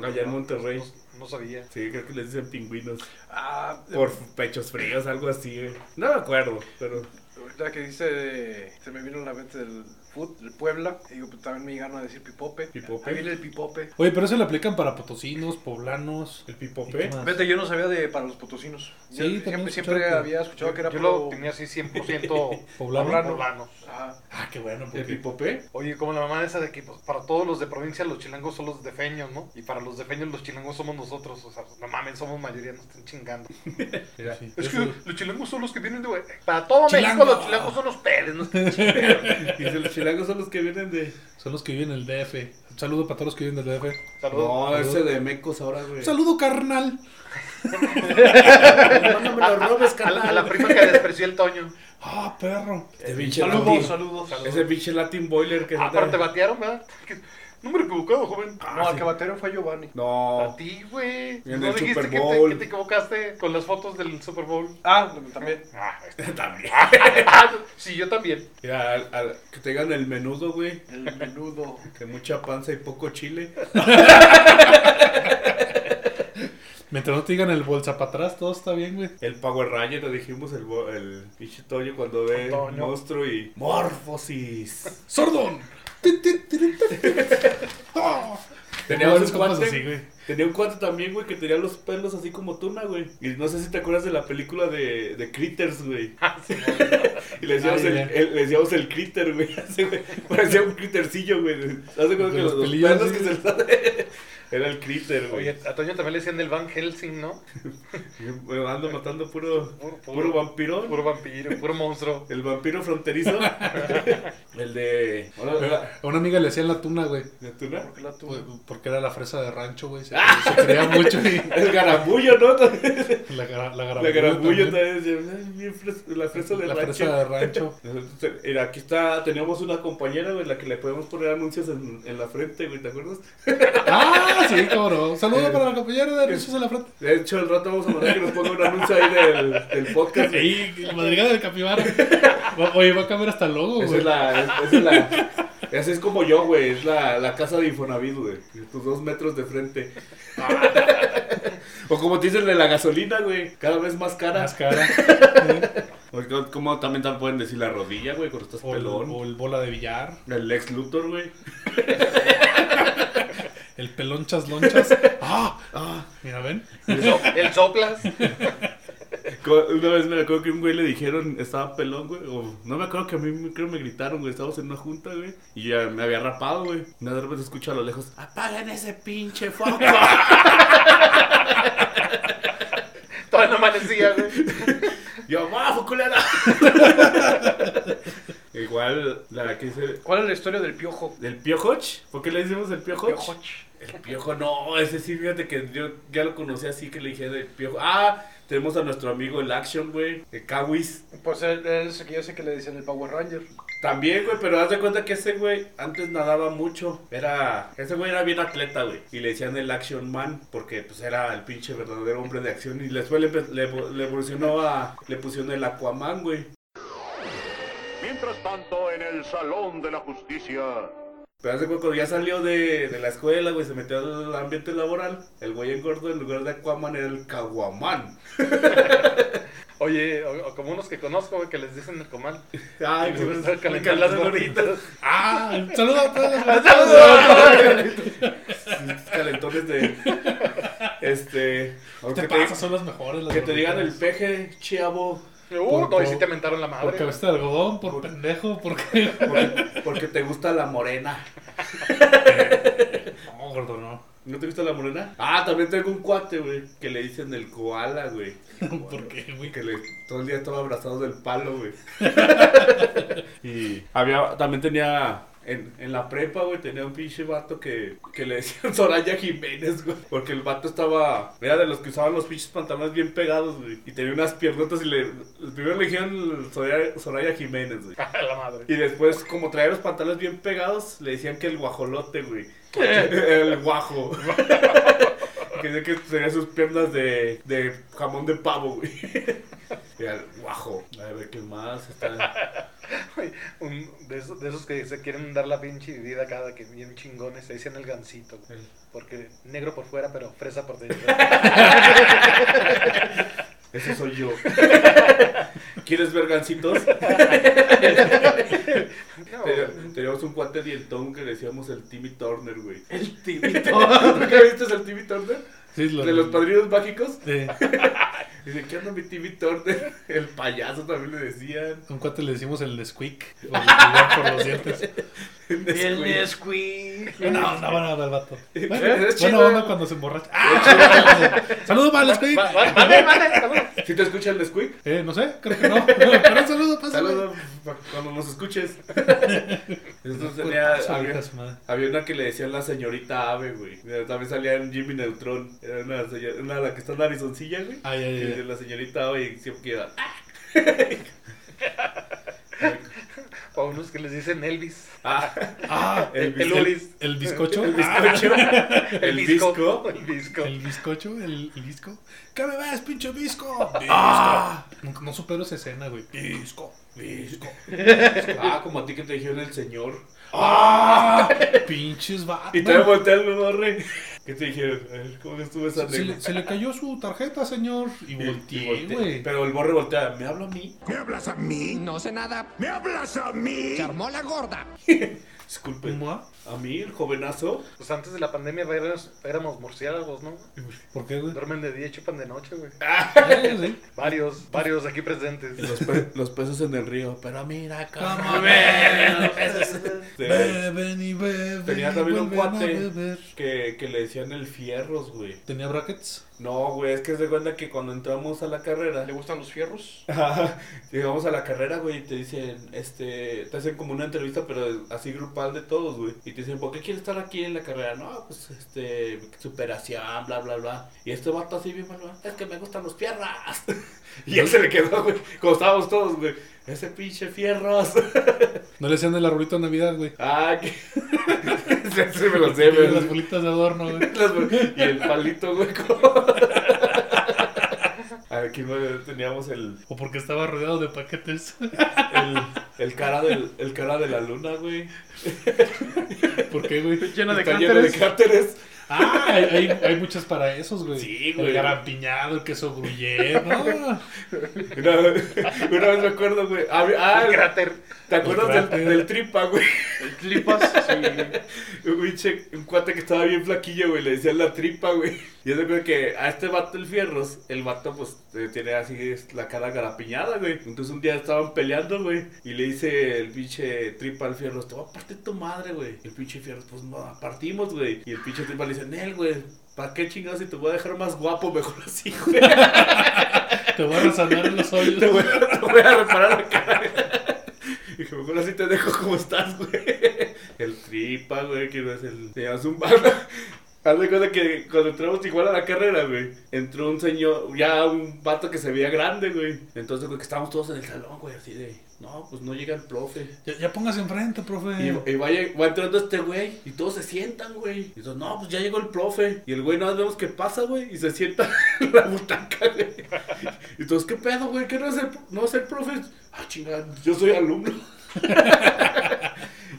[SPEAKER 2] No,
[SPEAKER 3] Allá en
[SPEAKER 2] no,
[SPEAKER 3] Monterrey.
[SPEAKER 2] No, no sabía.
[SPEAKER 3] Sí, creo que les dicen pingüinos.
[SPEAKER 4] Ah,
[SPEAKER 3] Por pechos fríos, algo así, güey. No me acuerdo, pero...
[SPEAKER 4] ahorita que dice, de- se me vino a la mente del food, del Puebla. Y digo, pues también me llegaron a decir pipope.
[SPEAKER 3] ¿Pipope?
[SPEAKER 4] Ahí viene el pipope.
[SPEAKER 1] Oye, pero eso le aplican para potosinos, poblanos.
[SPEAKER 3] ¿El
[SPEAKER 1] ¿y qué
[SPEAKER 3] pipope?
[SPEAKER 1] más?
[SPEAKER 4] Vete, yo no sabía de para los potosinos.
[SPEAKER 1] Ah, Sí,
[SPEAKER 4] Yo
[SPEAKER 1] también
[SPEAKER 4] siempre,
[SPEAKER 1] he
[SPEAKER 4] siempre
[SPEAKER 1] escuchado que-
[SPEAKER 4] había escuchado que era
[SPEAKER 2] Yo
[SPEAKER 4] puro-
[SPEAKER 2] lo tenía así
[SPEAKER 4] [LAUGHS]
[SPEAKER 2] 100%
[SPEAKER 1] Poblano.
[SPEAKER 2] poblano.
[SPEAKER 4] Ajá.
[SPEAKER 1] Ah, qué bueno,
[SPEAKER 3] ¿El
[SPEAKER 1] porque
[SPEAKER 3] pipope?
[SPEAKER 2] Oye, como la mamá esa de que pues, para todos los de provincia los chilangos son los defeños, ¿no? Y para los defeños los chilangos somos nosotros. O sea, pues, no mames, somos mayoría, nos están chingando.
[SPEAKER 1] pues, Sí.
[SPEAKER 2] Es que los chilangos son los que vienen de... Para todo
[SPEAKER 1] Chilango.
[SPEAKER 2] México los chilangos son
[SPEAKER 3] [LAUGHS]
[SPEAKER 2] ustedes, ¿no?
[SPEAKER 3] [LAUGHS] Y dice, los chilangos son los que vienen de...
[SPEAKER 1] son los que viven en el DF. Un saludo para todos los que viven del DF.
[SPEAKER 2] Saludos.
[SPEAKER 3] No, ese de mecos ahora, güey.
[SPEAKER 1] Un saludo, carnal.
[SPEAKER 3] No me lo robes,
[SPEAKER 2] A la, a la
[SPEAKER 3] carnal.
[SPEAKER 2] prima que despreció el Toño.
[SPEAKER 1] Ah, perro.
[SPEAKER 3] [LAUGHS] Ese pinche
[SPEAKER 4] Saludos,
[SPEAKER 3] latino.
[SPEAKER 4] saludos.
[SPEAKER 3] Ese pinche Latin Boiler que... se Ah,
[SPEAKER 2] Ah, pero te batearon, ¿verdad? Que- Número equivocado, joven.
[SPEAKER 4] No, el que batero fue Giovanni.
[SPEAKER 2] A
[SPEAKER 3] No.
[SPEAKER 2] ti, güey.
[SPEAKER 3] En
[SPEAKER 2] ¿No
[SPEAKER 3] el
[SPEAKER 2] dijiste
[SPEAKER 3] Super
[SPEAKER 2] que te-
[SPEAKER 3] Bowl.
[SPEAKER 2] Que, te, equivocaste con las fotos del
[SPEAKER 3] [LAUGHS]
[SPEAKER 2] Super Bowl?
[SPEAKER 4] Ah, también.
[SPEAKER 2] Ah,
[SPEAKER 3] También.
[SPEAKER 2] sí, yo también.
[SPEAKER 3] Mira, al- al- que tengan el menudo, güey.
[SPEAKER 4] El menudo.
[SPEAKER 3] Que mucha panza y poco chile.
[SPEAKER 1] Mientras no te digan el bolsa para atrás, todo está bien, güey.
[SPEAKER 3] El Power Ranger, lo dijimos, el, bo- el pinche Toño cuando ve
[SPEAKER 2] Toño.
[SPEAKER 3] monstruo y... ¡Morfosis!
[SPEAKER 1] ¡Sordón! Tin, tin, tin, [LAUGHS] tin, tin. Ah.
[SPEAKER 3] Teníamos
[SPEAKER 1] Varios
[SPEAKER 3] un
[SPEAKER 1] compas
[SPEAKER 3] cuate,
[SPEAKER 1] así, güey.
[SPEAKER 3] Tenía un cuate también, güey, que tenía los pelos así como tuna, güey. Y no sé si te acuerdas de la película de, de Critters, güey.
[SPEAKER 1] Ah,
[SPEAKER 3] y le decíamos,
[SPEAKER 1] Ay,
[SPEAKER 3] el,
[SPEAKER 1] Ah, ya.
[SPEAKER 3] el- le decíamos el Critter, güey. [LAUGHS] Así, güey. Parecía un Crittercillo, güey. Hace cuenta que
[SPEAKER 1] los
[SPEAKER 3] los, los
[SPEAKER 1] pelillos,
[SPEAKER 3] pelos
[SPEAKER 1] sí.
[SPEAKER 3] que se le [LAUGHS] sale- Era el Critter,
[SPEAKER 2] Oye,
[SPEAKER 3] güey.
[SPEAKER 2] a Toño también le decían el Van Helsing, ¿no?
[SPEAKER 3] Me ando matando puro,
[SPEAKER 2] Puro-
[SPEAKER 3] puro,
[SPEAKER 2] puro-
[SPEAKER 3] vampiro.
[SPEAKER 2] Puro vampiro, puro monstruo.
[SPEAKER 3] El vampiro fronterizo. el de... ¿La,
[SPEAKER 1] A una amiga le hacían la tuna, güey.
[SPEAKER 3] la tuna?
[SPEAKER 4] Porque la
[SPEAKER 1] Pues,
[SPEAKER 4] tuve.
[SPEAKER 1] Porque era la fresa de rancho, güey. Se,
[SPEAKER 3] [LAUGHS]
[SPEAKER 1] se creía mucho y
[SPEAKER 3] Ah. El garambullo, ¿no? La
[SPEAKER 1] la, gra- la garabullo
[SPEAKER 3] garambullo
[SPEAKER 1] también.
[SPEAKER 3] también. Ay, bien fres- La fresa de
[SPEAKER 1] La
[SPEAKER 3] rancho.
[SPEAKER 1] fresa de
[SPEAKER 3] [LAUGHS]
[SPEAKER 1] rancho.
[SPEAKER 3] Entonces, era, aquí está, teníamos una compañera, güey, la que le podemos poner anuncios en, en la frente, güey, ¿te acuerdas?
[SPEAKER 1] ¡Ah, sí, cabrón! Saludos
[SPEAKER 3] Eh,
[SPEAKER 1] para la compañera de Rizos en la frente.
[SPEAKER 3] De hecho, el rato vamos a mandar que nos ponga un anuncio ahí del, del podcast. güey.
[SPEAKER 1] Ahí, la madrigada del capibara. Va- Oye, va a cambiar hasta el logo,
[SPEAKER 3] eh, Esa
[SPEAKER 1] güey.
[SPEAKER 3] es la, es- esa es la, esa es como yo, güey, es la, la casa de Infonavit, güey, tus dos metros de frente. [LAUGHS] o como te dicen de la gasolina, güey, cada vez más cara.
[SPEAKER 1] Más cara.
[SPEAKER 3] [LAUGHS] O co- como también te pueden decir la rodilla, güey, cuando estás
[SPEAKER 1] O el,
[SPEAKER 3] pelón.
[SPEAKER 1] o el bola de billar.
[SPEAKER 3] El ex Luthor, güey.
[SPEAKER 1] El pelonchas lonchas. ¡Ah! ¡Ah! Mira, ven.
[SPEAKER 2] El, so- el soplas.
[SPEAKER 3] Co- Una vez me acuerdo que un güey le dijeron, estaba pelón, güey. O, no me acuerdo que a mí me- creo me gritaron, güey. Estábamos en una junta, güey. Y ya me había rapado, güey. Y De repente escucho a lo lejos, apaguen ese pinche foco.
[SPEAKER 2] Todavía no amanecía, güey.
[SPEAKER 3] Yo, ¡guau, culera! [LAUGHS] Igual, la que dice,
[SPEAKER 4] ¿Cuál es la historia del piojo?
[SPEAKER 3] ¿del piojoch? ¿Por qué le decimos el piojoch?
[SPEAKER 4] Pues, Piojoch.
[SPEAKER 3] El piojo, no, ese sí, fíjate que yo ya lo conocí así que le dije del piojo. Ah, tenemos a nuestro amigo el Action, güey. El Kawis.
[SPEAKER 4] Pues él él es el que yo sé que le decían el Power Ranger.
[SPEAKER 3] También, güey, pero haz de cuenta que ese güey antes nadaba mucho. Era. Ese güey era bien atleta, güey. Y le decían el Action Man porque, pues, era el pinche verdadero hombre de acción. Y después le, empe- le, le evolucionó a. Le pusieron el Aquaman, güey.
[SPEAKER 5] Mientras tanto, en el Salón de la Justicia.
[SPEAKER 3] Pero hace poco ya salió de, de la escuela, güey, se metió al ambiente laboral. El güey engordo en lugar de Aquaman era el Caguamán.
[SPEAKER 2] Oye, o- o como unos que conozco, güey, que les dicen el comal.
[SPEAKER 3] Ay,
[SPEAKER 2] Les gusta calentar las gorditas.
[SPEAKER 1] Ah, saludos a todos.
[SPEAKER 3] Calentones de. Este.
[SPEAKER 1] ¿Qué
[SPEAKER 3] que
[SPEAKER 1] te
[SPEAKER 3] te-
[SPEAKER 1] pasa? Son las mejores. Las
[SPEAKER 3] que te digan el
[SPEAKER 1] gorditas.
[SPEAKER 3] peje, chavo.
[SPEAKER 2] Uh,
[SPEAKER 1] Por-
[SPEAKER 2] no, y
[SPEAKER 1] por-
[SPEAKER 2] sí te mentaron la
[SPEAKER 1] Por
[SPEAKER 2] madre. güey.
[SPEAKER 1] cabeza de algodón, por
[SPEAKER 3] Por-
[SPEAKER 1] pendejo, porque.
[SPEAKER 3] Porque, porque te gusta la morena.
[SPEAKER 1] [LAUGHS] No, gordo, no.
[SPEAKER 3] ¿No te gusta la morena? Ah, también tengo un cuate, güey, que le dicen el koala, güey.
[SPEAKER 1] ¿Por qué, güey?
[SPEAKER 3] Que le, todo el día estaba abrazado del palo, güey. [LAUGHS] y había, también tenía, en, en la prepa, güey, tenía un pinche vato que, que le decían [LAUGHS] Soraya Jiménez, güey. Porque el vato estaba, era de los que usaban los pinches pantalones bien pegados, güey. Y tenía unas piernotas y le, primero le dijeron Soraya, Soraya Jiménez, güey.
[SPEAKER 2] A la madre.
[SPEAKER 3] Y después, como traía los pantalones bien pegados, le decían que el guajolote, güey. [LAUGHS] El guajo. que decía que tenía sus piernas de, de jamón de pavo, güey. [LAUGHS] Y el guajo. A ver qué más está.
[SPEAKER 2] Un- de, esos, de esos que se quieren dar la pinche vida cada que bien chingones, le dicen el gancito. güey.
[SPEAKER 3] El-
[SPEAKER 2] Porque negro por fuera, pero fresa por
[SPEAKER 4] [LAUGHS]
[SPEAKER 2] dentro.
[SPEAKER 3] Ese soy yo. [LAUGHS] ¿Quieres ver gancitos?
[SPEAKER 2] No,
[SPEAKER 3] Tenía- Teníamos un cuate dientón que le decíamos el Timmy Turner, güey.
[SPEAKER 4] El
[SPEAKER 3] [LAUGHS] ¿Nunca viste el Timmy Turner?
[SPEAKER 1] Sí, lo-
[SPEAKER 3] De los padrinos mágicos.
[SPEAKER 1] Sí.
[SPEAKER 3] Dice, ¿qué onda mi Timmy Turner? [LAUGHS] El payaso también le decían.
[SPEAKER 1] A Un cuate le decimos el Nesquik. o el lugar por los dientes.
[SPEAKER 3] El
[SPEAKER 1] No, no, no, no, el vato. Bueno,
[SPEAKER 3] Es
[SPEAKER 1] bueno
[SPEAKER 3] chido.
[SPEAKER 1] onda cuando se emborracha. ¡Ah! [LAUGHS] Saludos para el
[SPEAKER 2] Va-
[SPEAKER 1] Nesquik.
[SPEAKER 2] va- Vale, vale, vamos.
[SPEAKER 3] Si te escucha el Nesquik,
[SPEAKER 1] Eh, no sé, creo que no. [LAUGHS] Pero un saludo, pásale.
[SPEAKER 3] saludos pa- cuando nos
[SPEAKER 1] [LAUGHS]
[SPEAKER 3] escuches. Entonces tenía,
[SPEAKER 1] Putazo, hija
[SPEAKER 3] había,
[SPEAKER 1] de su madre.
[SPEAKER 3] había una que le decían la señorita Ave, güey. Mira, También salía en Jimmy Neutron. Era una, señor- una la que está en Arizoncilla, güey.
[SPEAKER 1] Ay, eh.
[SPEAKER 3] Que
[SPEAKER 1] ay,
[SPEAKER 3] decía
[SPEAKER 1] ay.
[SPEAKER 3] la señorita Ave y siempre queda.
[SPEAKER 2] O unos que les dicen Elvis.
[SPEAKER 3] Ah,
[SPEAKER 1] [LAUGHS] Ah,
[SPEAKER 3] el, el-
[SPEAKER 2] El Ulis.
[SPEAKER 1] el bizcocho. Ah,
[SPEAKER 3] El bizcocho. El bizco.
[SPEAKER 2] El disco.
[SPEAKER 1] El bizcocho, el, el disco. ¿Qué me ves, pinche disco? ¡Ah! No, no supero esa escena, güey. Disco, disco.
[SPEAKER 3] Ah, como a ti que te dijeron el señor.
[SPEAKER 1] ¡Ah! Pinches vatos.
[SPEAKER 3] Y te voltea el borre. ¿Qué te dijeron? A ver, ¿Cómo estuvo esa
[SPEAKER 1] se, le,
[SPEAKER 3] anécdota?
[SPEAKER 1] se le cayó su tarjeta, señor. Y
[SPEAKER 3] Y- y
[SPEAKER 1] volteé,
[SPEAKER 3] voltea.
[SPEAKER 1] güey.
[SPEAKER 3] Pero el borre voltea. ¿Me habla a mí?
[SPEAKER 5] ¿Me hablas a mí?
[SPEAKER 6] No sé nada.
[SPEAKER 5] ¿Me hablas a mí?
[SPEAKER 6] Se armó la gorda.
[SPEAKER 3] Disculpe.
[SPEAKER 1] ¿Cómo?
[SPEAKER 3] ¿A mí, el jovenazo?
[SPEAKER 2] Pues antes de la pandemia éramos, éramos murciélagos, ¿no?
[SPEAKER 1] ¿Por
[SPEAKER 2] [LAUGHS]
[SPEAKER 1] qué, güey?
[SPEAKER 2] Duermen de día y chupan de noche, güey.
[SPEAKER 1] Eh, sí.
[SPEAKER 2] Varios, varios aquí presentes.
[SPEAKER 3] Pues,
[SPEAKER 2] [LAUGHS]
[SPEAKER 3] Los, pe- los pesos en el río. Pero mira,
[SPEAKER 1] Cómo
[SPEAKER 3] Este,
[SPEAKER 1] Beben y beben.
[SPEAKER 3] Tenía
[SPEAKER 1] y
[SPEAKER 3] también un
[SPEAKER 1] vuelven a
[SPEAKER 3] cuate.
[SPEAKER 1] beber.
[SPEAKER 3] que, que le decían el fierros, güey.
[SPEAKER 1] ¿Tenía brackets?
[SPEAKER 3] No, güey, es que se cuenta que cuando entramos a la carrera,
[SPEAKER 4] ¿Le gustan los fierros?
[SPEAKER 3] [LAUGHS] llegamos a la carrera, güey, y te dicen, este, te hacen como una entrevista, pero así grupal de todos, güey. Y te dicen, ¿por qué quieres estar aquí en la carrera? No, pues, este, superación, bla, bla, bla. Y este vato así bien malo, es que me gustan los fierras. [LAUGHS] y él se le quedó, güey, como estábamos todos, güey. Ese pinche fierros. [LAUGHS]
[SPEAKER 1] No le hacían el arbolito de Navidad, güey.
[SPEAKER 3] Ah, que... [LAUGHS] se, se me lo sé,
[SPEAKER 1] Tiene
[SPEAKER 3] güey.
[SPEAKER 1] las bolitas de adorno, güey.
[SPEAKER 3] Las bol- Y el palito, güey. como- [LAUGHS] Aquí güey, teníamos el,
[SPEAKER 1] O porque estaba rodeado de paquetes. [LAUGHS]
[SPEAKER 3] el, el cara del, el cara de la luna, güey.
[SPEAKER 1] ¿Por qué, güey?
[SPEAKER 4] Lleno de
[SPEAKER 3] Está lleno de
[SPEAKER 4] cánteres.
[SPEAKER 3] cráteres.
[SPEAKER 1] Ah, hay, hay, hay muchas para esos, güey.
[SPEAKER 3] Sí, güey.
[SPEAKER 1] El garampiñado, el queso gruyere, ¿no?
[SPEAKER 3] Una, una vez me acuerdo, güey. Ah, ah,
[SPEAKER 2] El cráter.
[SPEAKER 3] ¿Te acuerdas
[SPEAKER 1] El
[SPEAKER 3] del,
[SPEAKER 1] cráter.
[SPEAKER 3] del tripa, güey?
[SPEAKER 4] El clipas. Sí.
[SPEAKER 3] Un, pinche- un cuate que estaba bien flaquillo, güey, le decían la tripa, güey. Y es de que a este vato, el Fierros, el vato, pues, eh, tiene así es, la cara garapiñada, güey. Entonces un día estaban peleando, güey, y le dice el pinche tripa al Fierros, te voy a partir tu madre, güey. Y el pinche Fierros, pues, no, partimos, güey. Y el pinche tripa le dice, Nel, güey, ¿para qué chingados si te voy a dejar más guapo? Mejor así, güey.
[SPEAKER 1] Te voy a resanar los hoyos.
[SPEAKER 3] Te voy, a, te voy a reparar la [LAUGHS] cara. Y que mejor así te dejo como estás, güey. El tripa, güey, que no es el. Te llamas un barro. [LAUGHS] Haz de cuenta que cuando entramos igual a la carrera, güey, entró un señor, ya un vato que se veía grande, güey. Entonces, güey, que estábamos todos en el salón, güey, así de, no, pues no llega el profe.
[SPEAKER 1] Ya, ya póngase enfrente, profe.
[SPEAKER 3] Y, y vaya, va entrando este güey y todos se sientan, güey. Y todos, no, pues ya llegó el profe. Y el güey nada más vemos qué pasa, güey. Y se sienta [LAUGHS] en la butaca, güey. Y todos, ¿qué pedo, [LAUGHS] güey? ¿Qué no es el, no es el profe? Ah, chingada, yo soy alumno.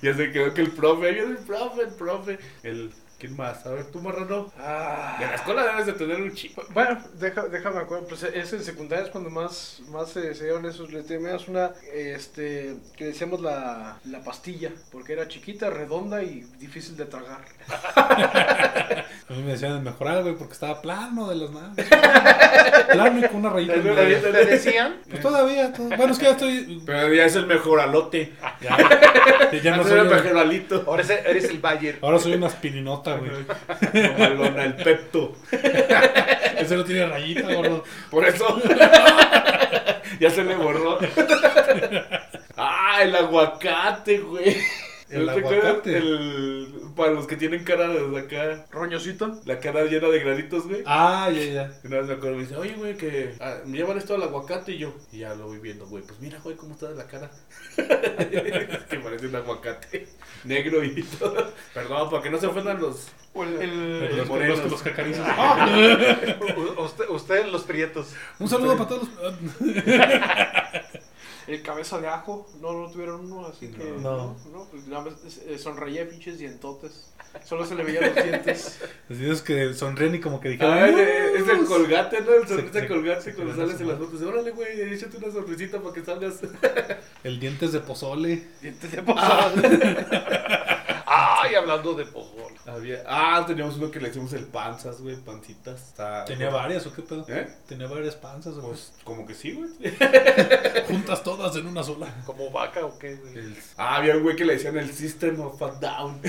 [SPEAKER 3] ya se quedó que el profe, ahí viene el profe, el profe. El, ¿Quién más? A ver, tú, marrano.
[SPEAKER 4] Ah.
[SPEAKER 3] De la escuela debes de tener un chico.
[SPEAKER 4] Bueno, deja- déjame acuerdo, pues es en secundaria es cuando más, más se desearon esos, le teníamos una, este, que le decíamos la, la pastilla, porque era chiquita, redonda y difícil de tragar.
[SPEAKER 1] A mí me decían el mejoral, güey, porque estaba plano de las manos. [LAUGHS] plano y con una rayita. en
[SPEAKER 3] La- la-
[SPEAKER 1] medio.
[SPEAKER 3] la-
[SPEAKER 2] ¿Te decían?
[SPEAKER 1] Pues todavía, to- bueno, es que ya estoy.
[SPEAKER 3] Pero ya es el mejoralote.
[SPEAKER 1] Ya, [LAUGHS] ya no
[SPEAKER 3] Antes Ah, era
[SPEAKER 1] soy.
[SPEAKER 3] el [LAUGHS] mejoralito.
[SPEAKER 2] Ahora ese- eres el Bayer.
[SPEAKER 1] Ahora soy una aspirinota, [LAUGHS] güey.
[SPEAKER 3] Malona, el pepto.
[SPEAKER 1] Ese no tiene rayita, [LAUGHS] gordo.
[SPEAKER 3] Por eso. [LAUGHS] ya se le borró. ah, el aguacate, güey.
[SPEAKER 1] El
[SPEAKER 3] ¿No te acuerdas?
[SPEAKER 1] aguacate.
[SPEAKER 3] El- Para los que tienen cara de acá,
[SPEAKER 4] Roñosito.
[SPEAKER 3] la cara llena de granitos, güey.
[SPEAKER 1] Ah, ya, ya.
[SPEAKER 3] Una vez me acuerdo, me dice, oye, güey, que ah, me llevan esto al aguacate y yo. Y ya lo voy viendo, güey. Pues mira, güey, cómo está de la cara. [LAUGHS] Es que parece un aguacate negro y todo. Perdón, para que no se ofendan los.
[SPEAKER 4] O el, el-
[SPEAKER 1] Los,
[SPEAKER 3] morenos.
[SPEAKER 1] los, los cacarizos.
[SPEAKER 2] U- [LAUGHS] usted- Ustedes los prietos.
[SPEAKER 1] Un saludo para todos los.
[SPEAKER 4] el cabeza de ajo, no, no tuvieron uno, así que...
[SPEAKER 1] No.
[SPEAKER 4] No, pues nada más eh, sonreía pinches dientotes. Solo se le veían los dientes.
[SPEAKER 1] Los videos que sonríen y como que dijeron.
[SPEAKER 3] Ah, es, es el colgate, ¿no? El sonrisa
[SPEAKER 1] Se- se-
[SPEAKER 3] colgate
[SPEAKER 1] se
[SPEAKER 3] cuando
[SPEAKER 1] quedan
[SPEAKER 3] sales en las fotos. Órale, güey, échate una sonrisita para que salgas.
[SPEAKER 1] El dientes de pozole.
[SPEAKER 4] [LAUGHS] Dientes de pozole.
[SPEAKER 2] Ay, hablando de pozol.
[SPEAKER 3] [LAUGHS] Había- Ah, teníamos uno que le hicimos el panzas, güey, pancitas. Está-
[SPEAKER 1] ¿Tenía varias o qué pedo?
[SPEAKER 3] ¿Eh?
[SPEAKER 1] Tenía varias panzas, o
[SPEAKER 3] Pues como que sí, [LAUGHS] güey.
[SPEAKER 1] juntas todas en una sola.
[SPEAKER 2] ¿Como vaca o qué, güey?
[SPEAKER 3] El- Ah, había un güey que le decían el System of a [LAUGHS] Down.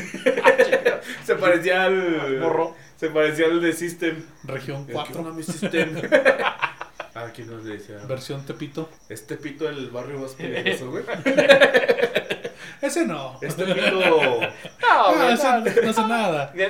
[SPEAKER 3] se parecía al.
[SPEAKER 2] Morro.
[SPEAKER 3] Se parecía al de System.
[SPEAKER 1] Región
[SPEAKER 3] El que
[SPEAKER 1] 4,
[SPEAKER 3] mi System. [LAUGHS] ah, aquí nos le decía.
[SPEAKER 1] versión Tepito.
[SPEAKER 3] Este pito del barrio [LAUGHS] más peligroso, güey.
[SPEAKER 1] Ese no.
[SPEAKER 3] Este pito.
[SPEAKER 2] No,
[SPEAKER 1] Ah,
[SPEAKER 2] güey,
[SPEAKER 1] ese
[SPEAKER 2] no,
[SPEAKER 1] no hace nada.
[SPEAKER 2] [LAUGHS] ni,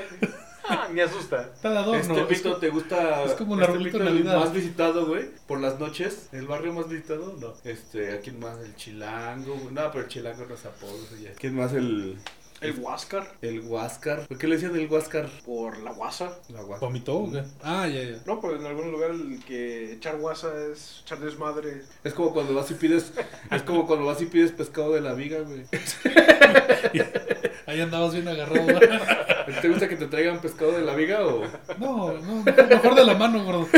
[SPEAKER 2] ah, ni asusta.
[SPEAKER 1] Está de adorno.
[SPEAKER 3] este pito te gusta.
[SPEAKER 1] es como la
[SPEAKER 3] este
[SPEAKER 1] ruleta
[SPEAKER 3] pito
[SPEAKER 1] de
[SPEAKER 3] el
[SPEAKER 1] Navidad.
[SPEAKER 3] más visitado, güey. Por las noches. El barrio más visitado, no. Este, ¿a quién más? El chilango, güey. No, pero el chilango no es apodo. eso ya. ¿Quién más? El.
[SPEAKER 4] El huáscar.
[SPEAKER 3] El huáscar. ¿Por qué le decían el huáscar?
[SPEAKER 4] Por la guasa.
[SPEAKER 3] La huáscar.
[SPEAKER 1] ¿Vomitó o qué? Ah, ya, ya.
[SPEAKER 4] No, pues en algún lugar el que echar guasa es echar desmadre.
[SPEAKER 3] Es como cuando vas y pides. Es como cuando vas y pides pescado de la viga, güey.
[SPEAKER 1] Ahí andabas bien agarrado. [LAUGHS] ¿verdad?
[SPEAKER 3] ¿Te gusta que te traigan pescado de la viga o.?
[SPEAKER 1] No, no, mejor, mejor de la mano, gordo.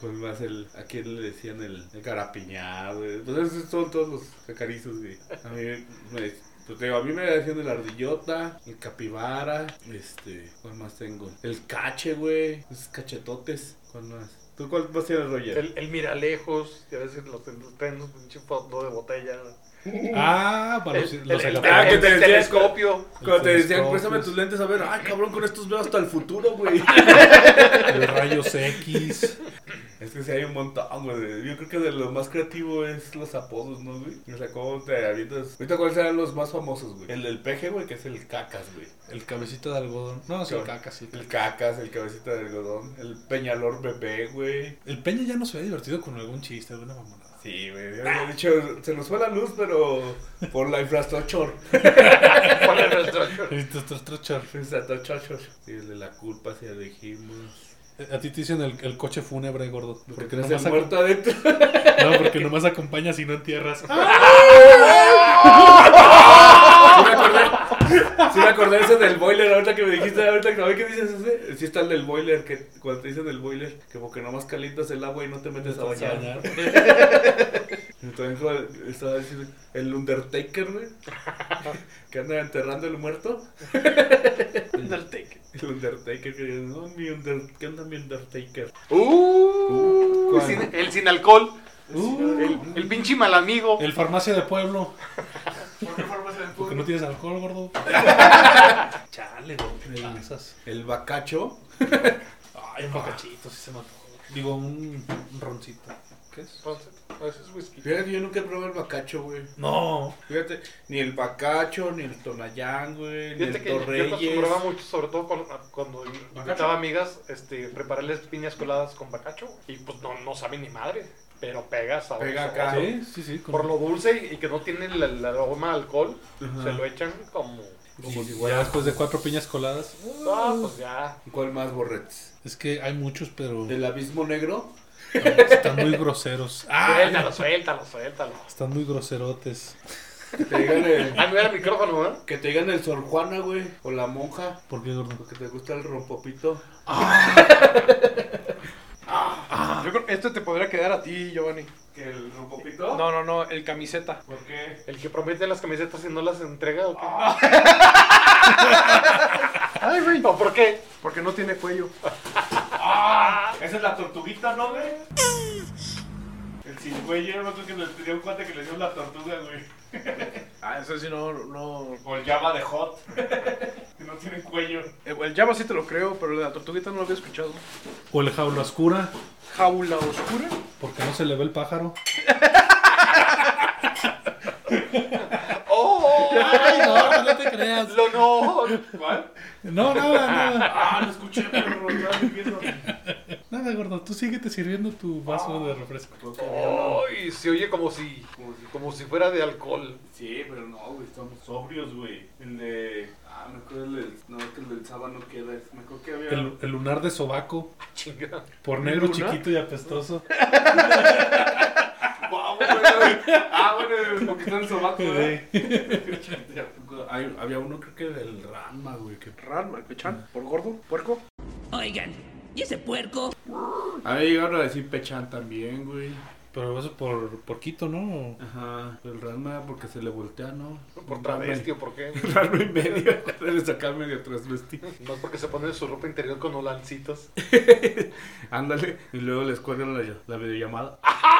[SPEAKER 3] Pues más el. ¿A quién le decían el, el carapiñado? güey? Pues esos son todos los cacarizos, güey. A mí me. Pues te digo, a mí me decían el ardillota, el capibara, este. ¿Cuál más tengo? El cache, güey. Esos cachetotes. ¿Cuál más? ¿Tú cuál más tienes, Roger?
[SPEAKER 2] El, el miralejos, y a veces los los traen un pinche fondo de botella.
[SPEAKER 1] Ah, para los,
[SPEAKER 2] El-
[SPEAKER 1] los
[SPEAKER 2] el-
[SPEAKER 1] agapaches.
[SPEAKER 3] que te
[SPEAKER 2] el
[SPEAKER 3] decía-
[SPEAKER 2] telescopio.
[SPEAKER 3] Cuando te decían,
[SPEAKER 1] telescopios.
[SPEAKER 3] préstame tus lentes, a ver, ay cabrón, con estos veo hasta el futuro, güey.
[SPEAKER 1] el rayos X.
[SPEAKER 3] Es que sí hay un montón, güey. Yo creo que de lo más creativo es los apodos, ¿no, güey? O sea, ¿cómo te avientas? Ahorita, ¿cuáles eran los más famosos, güey? El del peje, güey, que es el cacas, güey.
[SPEAKER 1] El cabecito de algodón. No, sí,
[SPEAKER 3] Claro.
[SPEAKER 1] caca, sí.
[SPEAKER 3] El cacas, el cabecita de algodón. El peñalor bebé, güey.
[SPEAKER 1] El peña ya no se había divertido con algún chiste, alguna mamonada.
[SPEAKER 3] Sí, güey. yo había dicho, se nos fue la luz, pero por la infraestructura. [LAUGHS]
[SPEAKER 2] Ponle nuestro-
[SPEAKER 1] Estos tres trochar.
[SPEAKER 3] Infraestructura. Sí, el de la culpa, sí, ya dijimos.
[SPEAKER 1] Eh, A ti te dicen el, el coche fúnebre, gordo.
[SPEAKER 3] Porque
[SPEAKER 1] Porque
[SPEAKER 3] tenés
[SPEAKER 1] nomás,
[SPEAKER 3] el
[SPEAKER 1] ac-
[SPEAKER 3] muerto adentro. [LAUGHS]
[SPEAKER 1] no, porque nomás acompañas y no entierras.
[SPEAKER 3] Sí me acordé ese del boiler, ahorita que me dijiste, ahorita que a ver qué dices ese. Sí está el del boiler, que cuando te dicen del boiler, que porque nomás calientas el agua y no te metes a bañar. Y también como estaba diciendo, el Undertaker,
[SPEAKER 2] [LAUGHS]
[SPEAKER 3] güey, que anda enterrando el muerto.
[SPEAKER 4] Undertaker.
[SPEAKER 3] El Undertaker, que dice, no, mi Undertaker, ¿qué onda mi Undertaker?
[SPEAKER 2] Uh,
[SPEAKER 3] ¿Cuál?
[SPEAKER 2] sin- el sin alcohol.
[SPEAKER 1] Uh.
[SPEAKER 2] el, el pinche mal amigo.
[SPEAKER 1] El farmacia de pueblo.
[SPEAKER 4] ¿Por qué formas el
[SPEAKER 1] Porque no tienes alcohol, gordo. Eh,
[SPEAKER 3] Chale, güey.
[SPEAKER 2] Ah.
[SPEAKER 3] El,
[SPEAKER 1] Pasas.
[SPEAKER 3] el bacacho,
[SPEAKER 1] Ay, un bocachito, sí se mató. Digo, un, un roncito. ¿Qué es?
[SPEAKER 2] Entonces, ese es whisky.
[SPEAKER 3] fíjate que yo nunca he probado el bacacho, güey.
[SPEAKER 1] No.
[SPEAKER 3] Fíjate, ni el bacacho, ni el tonayán, güey, ni
[SPEAKER 2] Fíjate
[SPEAKER 3] el
[SPEAKER 2] que yo- yo acostumbraba
[SPEAKER 3] torreyes.
[SPEAKER 2] mucho, sobre todo cuando, cuando invitaba amigas, este, prepararles piñas coladas con bacacho. Y pues no, no sabe ni madre, pero pega sabor.
[SPEAKER 3] Pega
[SPEAKER 2] sabor,
[SPEAKER 3] acá.
[SPEAKER 2] sabor.
[SPEAKER 1] Sí, sí, sí. con-
[SPEAKER 2] Por lo dulce y, y que no tiene el, el aroma de alcohol,
[SPEAKER 3] Ajá.
[SPEAKER 2] se lo echan como.
[SPEAKER 1] como si ya después de cuatro piñas coladas.
[SPEAKER 2] Ah, pues ya.
[SPEAKER 3] ¿Cuál más, borretes?
[SPEAKER 1] Es que hay muchos, [LAUGHS] pero
[SPEAKER 3] ¿Del abismo negro?
[SPEAKER 1] están muy groseros. Ah,
[SPEAKER 2] Suéltalo, suéltalo, suéltalo.
[SPEAKER 1] están muy groserotes.
[SPEAKER 3] Que te digan el,
[SPEAKER 2] Ah, no era micrófono, ¿eh?
[SPEAKER 3] que te digan el Sor Juana, güey. O la monja.
[SPEAKER 1] ¿Por qué, gordo?
[SPEAKER 3] Porque te gusta el rompopito.
[SPEAKER 4] Yo creo que este te podría quedar a ti, Giovanni.
[SPEAKER 3] ¿Que el rompopito?
[SPEAKER 4] No, no, no, el camiseta.
[SPEAKER 3] ¿Por qué?
[SPEAKER 2] El que promete las camisetas y no las entrega, ¿o qué?
[SPEAKER 4] Ay, güey.
[SPEAKER 2] [LAUGHS] ¿O por qué?
[SPEAKER 4] Porque no tiene cuello.
[SPEAKER 3] Ah,
[SPEAKER 7] Esa es la tortuguita, ¿no, güey? El cingüey era otro que le tenía un cuate que le dio la tortuga, güey.
[SPEAKER 4] Ah, eso sí, no, no.
[SPEAKER 7] O el llama de hot. que no tiene cuello.
[SPEAKER 4] Eh, El, el Java sí te lo creo, pero la tortuguita no lo había escuchado.
[SPEAKER 1] O el jaula oscura,
[SPEAKER 4] Jaula oscura.
[SPEAKER 1] porque no se le ve el [LAUGHS] pájaro.
[SPEAKER 2] ¡Oh!
[SPEAKER 1] Ay, no, no te creas.
[SPEAKER 2] ¡Lo no!
[SPEAKER 7] ¿Cuál?
[SPEAKER 1] No, nada, nada.
[SPEAKER 7] Ah, lo escuché, pero lo estaba diciendo.
[SPEAKER 1] Nada, gordo. Tú síguete sirviendo tu vaso de refresco.
[SPEAKER 2] ¡Ay! Se oye como si, como si fuera de alcohol. [LAUGHS]
[SPEAKER 7] Sí, pero no, güey, estamos sobrios, güey.
[SPEAKER 3] El de. Ah, me acuerdo el del. No, es que el del sábano queda. es- Me acuerdo que había.
[SPEAKER 1] El, el lunar de sobaco,
[SPEAKER 2] Chinga.
[SPEAKER 1] por negro chiquito y [LAUGHS] apestoso.
[SPEAKER 3] Ah, bueno, güey. Ah, bueno, porque está en el sobaco, ¿verdad?
[SPEAKER 1] Sí.
[SPEAKER 3] Hay- Había uno, creo que del Rama, güey. Que...
[SPEAKER 4] Ran, malpechan. Por gordo, puerco.
[SPEAKER 8] Oigan, ¿y ese puerco?
[SPEAKER 3] A mí llegaron a decir Pechan también, güey.
[SPEAKER 1] Pero eso por, por Quito, ¿no?
[SPEAKER 3] Ajá. El Ranma porque se le voltea, ¿no? [LAUGHS]
[SPEAKER 2] Por travesti o por qué.
[SPEAKER 3] Ranma y medio. Le sacar medio transvesti.
[SPEAKER 2] No es porque se pone su ropa interior con
[SPEAKER 3] [LAUGHS]
[SPEAKER 2] holancitos.
[SPEAKER 3] Ándale. Y luego les cuelgan la, la videollamada.
[SPEAKER 2] ¡Ay!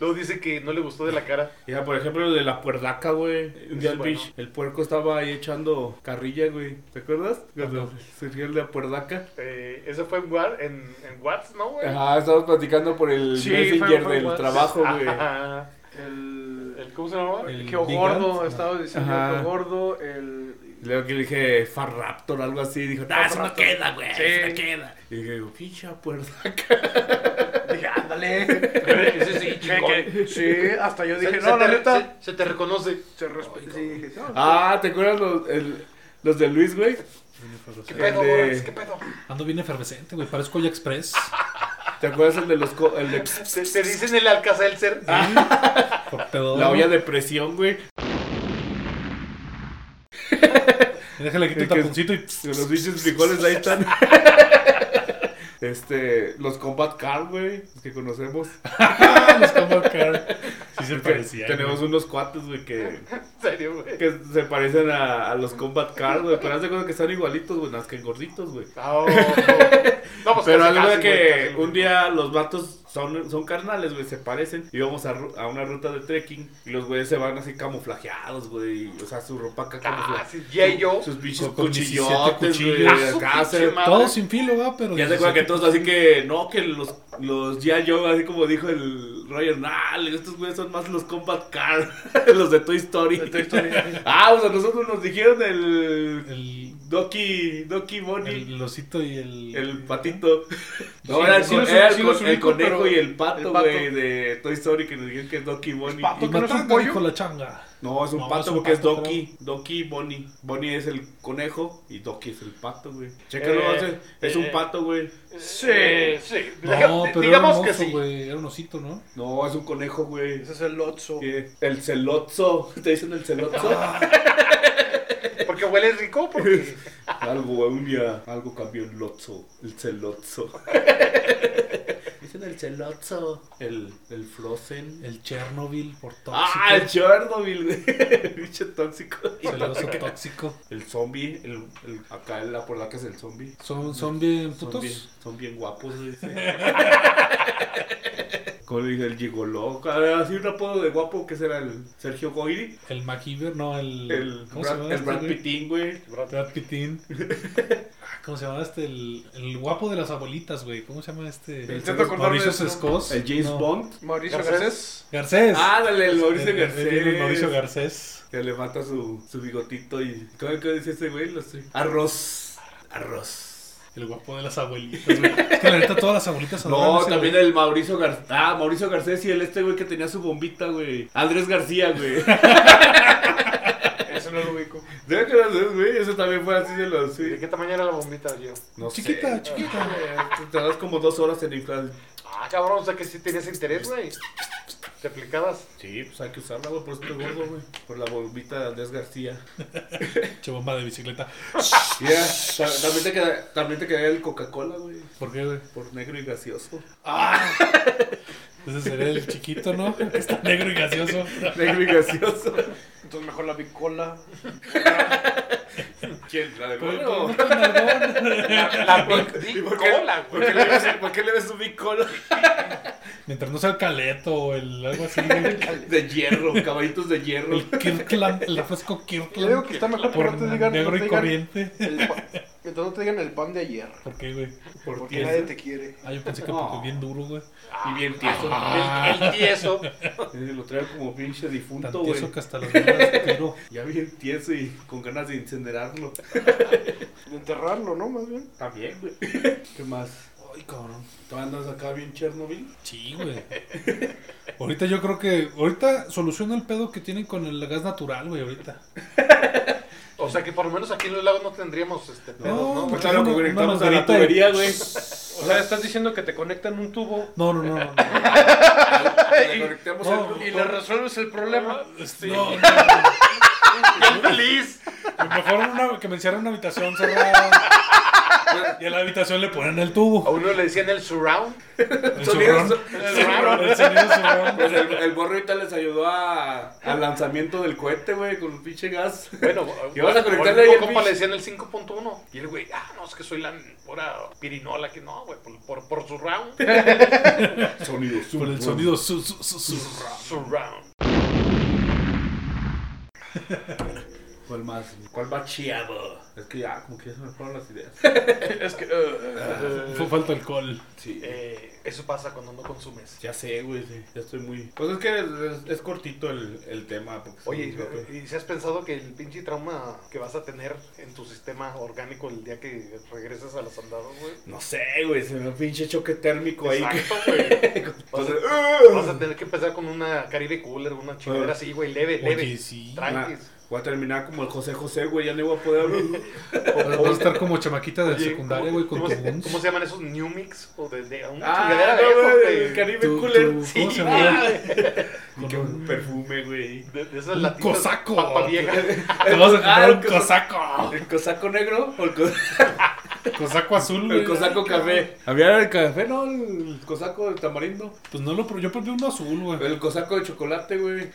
[SPEAKER 2] Luego dice que no le gustó de la cara.
[SPEAKER 3] Ya, por ejemplo, el de la puerdaca, güey. Un día
[SPEAKER 2] Es
[SPEAKER 3] el
[SPEAKER 2] bueno.
[SPEAKER 3] bitch, el puerco estaba ahí echando carrilla, güey. ¿Te acuerdas? Cuando surgió el de la puerdaca.
[SPEAKER 2] Eh, ese fue en, Wa- en, en Watts, ¿no, güey?
[SPEAKER 3] Ajá, estábamos platicando por el
[SPEAKER 4] Sí, fue-
[SPEAKER 3] messenger
[SPEAKER 4] fue
[SPEAKER 3] del
[SPEAKER 4] WhatsApp.
[SPEAKER 3] trabajo, güey.
[SPEAKER 2] Ajá.
[SPEAKER 4] El.
[SPEAKER 2] ¿El cómo se llamaba?
[SPEAKER 1] El Ah.
[SPEAKER 4] El Keo
[SPEAKER 1] Big
[SPEAKER 4] gordo,
[SPEAKER 1] Ant.
[SPEAKER 4] estaba diciendo
[SPEAKER 3] Ajá.
[SPEAKER 4] el Keo gordo. El.
[SPEAKER 3] Y Luego que le dije Farraptor o algo así, dijo, ah, eso no queda, güey,
[SPEAKER 4] Sí.
[SPEAKER 3] eso no queda. Y dije, pincha puerdaca.
[SPEAKER 4] Dije, [LAUGHS] ándale.
[SPEAKER 2] Ese sí,
[SPEAKER 4] Que- Sí, hasta yo
[SPEAKER 2] Se,
[SPEAKER 4] dije, no,
[SPEAKER 2] se
[SPEAKER 4] la
[SPEAKER 2] te,
[SPEAKER 4] neta.
[SPEAKER 2] se- se te reconoce.
[SPEAKER 4] Se respeta. Sí, dije, no.
[SPEAKER 3] Ah, ¿te acuerdas los, el- los de Luis, güey?
[SPEAKER 2] ¿Qué
[SPEAKER 3] El
[SPEAKER 2] pedo,
[SPEAKER 3] de-
[SPEAKER 2] Borax? ¿Qué pedo?
[SPEAKER 1] Ando bien efervescente, güey. Parezco ya Express.
[SPEAKER 3] ¿Te acuerdas el de los... co- El de,
[SPEAKER 2] Se, se dicen el
[SPEAKER 3] [LAUGHS]
[SPEAKER 2] Alcacelser.
[SPEAKER 1] Por pedo.
[SPEAKER 3] la olla de presión, güey?
[SPEAKER 1] Déjale quito el
[SPEAKER 3] El que-
[SPEAKER 1] taponcito y.
[SPEAKER 3] Y Los bichos frijoles ahí están. [LAUGHS] Este, los Combat Car, güey, los que conocemos.
[SPEAKER 1] Los Combo Car. Sí se
[SPEAKER 3] Que
[SPEAKER 1] parecía.
[SPEAKER 3] tenemos unos cuates, güey, que,
[SPEAKER 2] En
[SPEAKER 3] [LAUGHS]
[SPEAKER 2] serio, güey.
[SPEAKER 3] que se parecen a, a los Combat Car, güey. Pero haz de cuenta que están igualitos, güey, nada más que gorditos, güey.
[SPEAKER 2] No, no. No, pues
[SPEAKER 3] Pero
[SPEAKER 2] casi,
[SPEAKER 3] algo de
[SPEAKER 2] casi, güey, casi,
[SPEAKER 3] que
[SPEAKER 2] güey.
[SPEAKER 3] un día los vatos son, son carnales, güey, se parecen. Íbamos a, ru- a una ruta de trekking y los güeyes se van así camuflajeados, güey. O sea, su ropa acá
[SPEAKER 2] Ah,
[SPEAKER 3] camuflajeada.
[SPEAKER 2] sí, ya y yo.
[SPEAKER 3] Sus bichos
[SPEAKER 1] Con- con 17
[SPEAKER 3] cuchillotes, güey.
[SPEAKER 1] cuchillos.
[SPEAKER 2] Ah, su
[SPEAKER 3] Acá
[SPEAKER 2] pinche
[SPEAKER 3] se-
[SPEAKER 2] madre.
[SPEAKER 1] Todos sin filo, va, pero.
[SPEAKER 3] Ya se acuerdan que todos así que no, que los, los ya yo, así como dijo el Roger, nah, le digo, estos güeyes son más los Combat Car, [LAUGHS] los de Toy Story.
[SPEAKER 4] De Toy Story.
[SPEAKER 3] [LAUGHS] ah, o sea, nosotros nos dijeron el
[SPEAKER 1] El,
[SPEAKER 3] Doki, Doki Bunny,
[SPEAKER 1] el osito y el.
[SPEAKER 3] el, patito. No,
[SPEAKER 4] Sí,
[SPEAKER 3] era el,
[SPEAKER 4] sí
[SPEAKER 3] co-
[SPEAKER 4] los-
[SPEAKER 3] era el
[SPEAKER 4] sí
[SPEAKER 3] co-
[SPEAKER 4] los
[SPEAKER 3] el
[SPEAKER 4] ubico,
[SPEAKER 3] conejo
[SPEAKER 4] pero-
[SPEAKER 3] y el
[SPEAKER 4] el
[SPEAKER 3] pato,
[SPEAKER 4] pato.
[SPEAKER 3] güey, de Toy Story que nos dijeron que es Doki Bunny.
[SPEAKER 4] pato.
[SPEAKER 1] Y
[SPEAKER 4] ¿Por qué no es un
[SPEAKER 1] matando,
[SPEAKER 4] pollo?
[SPEAKER 1] hijo la changa.
[SPEAKER 3] No, es un
[SPEAKER 1] No,
[SPEAKER 3] pato
[SPEAKER 1] es un
[SPEAKER 3] porque
[SPEAKER 1] pato,
[SPEAKER 3] es Doki. Doki Bonnie. Bonnie es el conejo y Doki es el pato, güey. Chécalo,
[SPEAKER 2] Eh,
[SPEAKER 3] hace- es un
[SPEAKER 2] eh.
[SPEAKER 3] pato, güey.
[SPEAKER 2] Sí, sí.
[SPEAKER 1] No, pero
[SPEAKER 2] digamos
[SPEAKER 1] era un
[SPEAKER 2] que
[SPEAKER 1] oso,
[SPEAKER 2] sí.
[SPEAKER 1] güey. Era un osito, ¿no?
[SPEAKER 3] No, es un conejo, güey.
[SPEAKER 4] Ese es el Lotso.
[SPEAKER 3] ¿Qué? El celozo. [LAUGHS] ¿Te dicen el celozo?
[SPEAKER 2] Porque huele rico, porque
[SPEAKER 3] algo, un día, algo cambió el lotzo. El celozo. [LAUGHS] dicen el celozo. El, el frozen.
[SPEAKER 1] El Chernobyl por tóxico.
[SPEAKER 3] Ah, el Chernobyl, güey. [LAUGHS] Bicho tóxico.
[SPEAKER 1] Celoso tóxico.
[SPEAKER 3] El zombie. El, el- acá en la polaca es el zombie.
[SPEAKER 1] Son, son bien
[SPEAKER 3] Son
[SPEAKER 1] putos.
[SPEAKER 3] bien, son bien guapos, güey, dice.
[SPEAKER 1] [LAUGHS]
[SPEAKER 3] Como le dije, el gigoló. Así un apodo de guapo que será el Sergio Goyri.
[SPEAKER 1] El MacGyver, no, el.
[SPEAKER 3] El,
[SPEAKER 1] ¿Cómo se
[SPEAKER 3] Brad,
[SPEAKER 1] llama
[SPEAKER 3] el
[SPEAKER 1] este?
[SPEAKER 3] Brad
[SPEAKER 1] güey?
[SPEAKER 3] Pitín, güey.
[SPEAKER 1] Brad Pittin. Ah, ¿Cómo se llama este? El, el guapo de las abuelitas, güey. ¿Cómo se llama este?
[SPEAKER 4] Intento acordarme
[SPEAKER 1] Mauricio
[SPEAKER 4] de su nombre.
[SPEAKER 1] Sescos.
[SPEAKER 3] El James
[SPEAKER 1] No.
[SPEAKER 3] Bond.
[SPEAKER 4] Mauricio
[SPEAKER 2] Garcés.
[SPEAKER 4] Garcés.
[SPEAKER 1] Garcés.
[SPEAKER 4] Ah,
[SPEAKER 3] Ándale, el Mauricio
[SPEAKER 1] El- el-
[SPEAKER 3] Garcés.
[SPEAKER 1] el Mauricio Garcés.
[SPEAKER 3] Que le mata su, su bigotito y. ¿Cómo que dice ese güey? Lo sé. Arroz. Arroz.
[SPEAKER 1] El guapo de las abuelitas, güey. Es que la neta todas las abuelitas adoran a
[SPEAKER 3] No,
[SPEAKER 1] ese
[SPEAKER 3] también
[SPEAKER 1] güey.
[SPEAKER 3] el Mauricio Garcés. Ah, Mauricio Garcés y el este güey que tenía su bombita, güey. Andrés García, güey. [LAUGHS]
[SPEAKER 4] Ese no lo ubico.
[SPEAKER 3] ¿De qué era ese, güey? Eso también fue así de los.
[SPEAKER 2] ¿De qué tamaño era la bombita, yo?
[SPEAKER 3] No
[SPEAKER 1] Chiquita,
[SPEAKER 3] sé.
[SPEAKER 1] chiquita.
[SPEAKER 3] Te das como dos horas en inflar.
[SPEAKER 2] Ah, cabrón, o sea que sí tenías interés, güey. ¿Te aplicabas?
[SPEAKER 3] Sí, pues hay que usarla, güey, por este gordo, güey. Por la bombita de Andrés García.
[SPEAKER 1] Che bomba de bicicleta.
[SPEAKER 3] Ya, ta- también, te queda, también te quedaría el Coca-Cola, güey.
[SPEAKER 1] ¿Por qué, güey?
[SPEAKER 3] Por negro y gaseoso. [LAUGHS]
[SPEAKER 1] Ese sería el chiquito, ¿no? [LAUGHS] El Que está negro y gaseoso.
[SPEAKER 3] Negro y gaseoso.
[SPEAKER 4] Entonces mejor la bicola.
[SPEAKER 3] [LAUGHS] ¿Quién? ¿La de
[SPEAKER 1] Pero-
[SPEAKER 3] Bueno?
[SPEAKER 1] pero no tan nalgón.
[SPEAKER 2] [LAUGHS] La
[SPEAKER 3] ¿Y por
[SPEAKER 2] Big
[SPEAKER 3] qué-
[SPEAKER 2] Cola,
[SPEAKER 3] ¿Por
[SPEAKER 2] güey.
[SPEAKER 3] qué le ves, por qué le ves un Big Cola?
[SPEAKER 1] Mientras no sea el caleto o el algo así. güey.
[SPEAKER 3] De hierro, caballitos de hierro.
[SPEAKER 1] El Kirkland, el refresco
[SPEAKER 4] Yo digo
[SPEAKER 1] Kirkland.
[SPEAKER 4] que está mejor que
[SPEAKER 1] Por
[SPEAKER 4] no te digan. no
[SPEAKER 1] negro
[SPEAKER 4] te
[SPEAKER 1] y
[SPEAKER 4] digan
[SPEAKER 1] corriente.
[SPEAKER 4] el pa- [LAUGHS] Mientras no te digan el pan de ayer.
[SPEAKER 1] ¿Por qué, güey?
[SPEAKER 4] Porque nadie te quiere.
[SPEAKER 1] Ah, yo pensé que porque bien duro, güey.
[SPEAKER 3] Y bien tieso.
[SPEAKER 2] El, el tieso.
[SPEAKER 3] Eh, Ah. Lo trae como pinche
[SPEAKER 1] Tan
[SPEAKER 3] difunto, güey.
[SPEAKER 1] tieso que hasta las manos tiro.
[SPEAKER 3] Ya bien tieso y con ganas de incinerarlo.
[SPEAKER 4] De enterrarlo, ¿no? Más bien.
[SPEAKER 3] También, güey. ¿Qué más?
[SPEAKER 1] Ay, cabrón.
[SPEAKER 3] ¿Tú andas acá bien Chernobyl?
[SPEAKER 1] [LAUGHS] Sí, güey. Ahorita yo creo que. Ahorita soluciona el pedo que tienen con el gas natural, güey, ahorita.
[SPEAKER 2] O sea que por lo menos aquí en los lagos no tendríamos este pedo, ¿no?
[SPEAKER 1] No,
[SPEAKER 2] güey?
[SPEAKER 1] pues, claro, una-
[SPEAKER 3] conectamos
[SPEAKER 1] una
[SPEAKER 3] a la
[SPEAKER 1] manguerita
[SPEAKER 3] tubería, güey.
[SPEAKER 4] O sea, estás diciendo que te conectan un tubo
[SPEAKER 1] No, no, no. No,
[SPEAKER 3] Le conectamos
[SPEAKER 1] No.
[SPEAKER 3] el-
[SPEAKER 4] y le resuelves el problema.
[SPEAKER 1] no, no.
[SPEAKER 2] ¡Bien feliz!
[SPEAKER 1] Mejor una- que me encierren en una habitación cerrada. Y a la habitación le ponen el
[SPEAKER 2] A
[SPEAKER 1] tubo.
[SPEAKER 2] uno le decían el surround.
[SPEAKER 1] El
[SPEAKER 3] sonido-
[SPEAKER 1] zurrón.
[SPEAKER 3] el
[SPEAKER 1] El zurrón, el sonido zurrón.
[SPEAKER 3] Pues el, el borro ahorita les ayudó a, al lanzamiento del cohete, güey, con un pinche gas.
[SPEAKER 2] Bueno,
[SPEAKER 3] Y vas a conectarle ahí
[SPEAKER 2] ahí
[SPEAKER 3] el
[SPEAKER 2] compa
[SPEAKER 3] pinche-
[SPEAKER 2] le decían el 5.1. Y el güey, ah, no, es que soy la pura pirinola que no, güey, por, por, por surround.
[SPEAKER 3] Sonido,
[SPEAKER 1] Por el sonido su, su, su, su.
[SPEAKER 2] surround.
[SPEAKER 3] ¿Cuál más? ¿Cuál más chiado? Es que ya, como que ya se me fueron las ideas.
[SPEAKER 4] Es que. eh, eh,
[SPEAKER 1] Fue falta alcohol.
[SPEAKER 3] Sí.
[SPEAKER 2] Eh, eso pasa cuando no consumes.
[SPEAKER 3] Ya sé, güey, sí. Ya estoy muy. Pues es que es, es- es cortito el, el tema. Porque
[SPEAKER 2] Oye, eh,
[SPEAKER 3] son-
[SPEAKER 2] ¿y- ¿y si has pensado que el pinche trauma que vas a tener en tu sistema orgánico el día que regreses a las andadas, güey?
[SPEAKER 3] No sé, güey, se me pinche choque térmico ahí.
[SPEAKER 2] Exacto,
[SPEAKER 1] [LAUGHS]
[SPEAKER 2] güey.
[SPEAKER 3] [LAUGHS]
[SPEAKER 2] Vas a, vas a tener que empezar con una Caribe Cooler, una chingadera así, güey, leve,
[SPEAKER 1] Oye,
[SPEAKER 2] eh, leve.
[SPEAKER 1] sí.
[SPEAKER 2] Tranquis.
[SPEAKER 3] Voy a terminar como el José José, güey, ya no voy a poder hablar.
[SPEAKER 1] Vas a estar como chamaquita de
[SPEAKER 2] Oye,
[SPEAKER 1] secundaria,
[SPEAKER 2] ¿cómo-
[SPEAKER 1] güey, con
[SPEAKER 2] ¿cómo,
[SPEAKER 1] tu
[SPEAKER 2] se-
[SPEAKER 1] buns.
[SPEAKER 2] ¿Cómo se llaman esos New Mix? O de, de- una chingadera
[SPEAKER 3] Ah,
[SPEAKER 2] de
[SPEAKER 3] no,
[SPEAKER 2] esas,
[SPEAKER 3] güey, el
[SPEAKER 2] güey.
[SPEAKER 3] Caribe
[SPEAKER 1] Tu-
[SPEAKER 3] Cooler.
[SPEAKER 1] tu-
[SPEAKER 3] sí,
[SPEAKER 1] ¿cómo se llama?
[SPEAKER 3] Y que un perfume, güey.
[SPEAKER 2] De, de esas
[SPEAKER 1] Un
[SPEAKER 2] latitas.
[SPEAKER 1] cosaco. [LAUGHS]
[SPEAKER 2] Papa vieja.
[SPEAKER 1] Te vas a
[SPEAKER 3] Ah,
[SPEAKER 1] comprar
[SPEAKER 3] el
[SPEAKER 1] un
[SPEAKER 3] cosaco.
[SPEAKER 1] cosaco.
[SPEAKER 3] ¿El cosaco negro o el, co-
[SPEAKER 1] Cosaco azul, güey.
[SPEAKER 3] el cosaco café? Había el café, ¿no? El cosaco de tamarindo.
[SPEAKER 1] Pues no lo probé. Yo probé uno azul, güey.
[SPEAKER 3] El cosaco de chocolate, güey.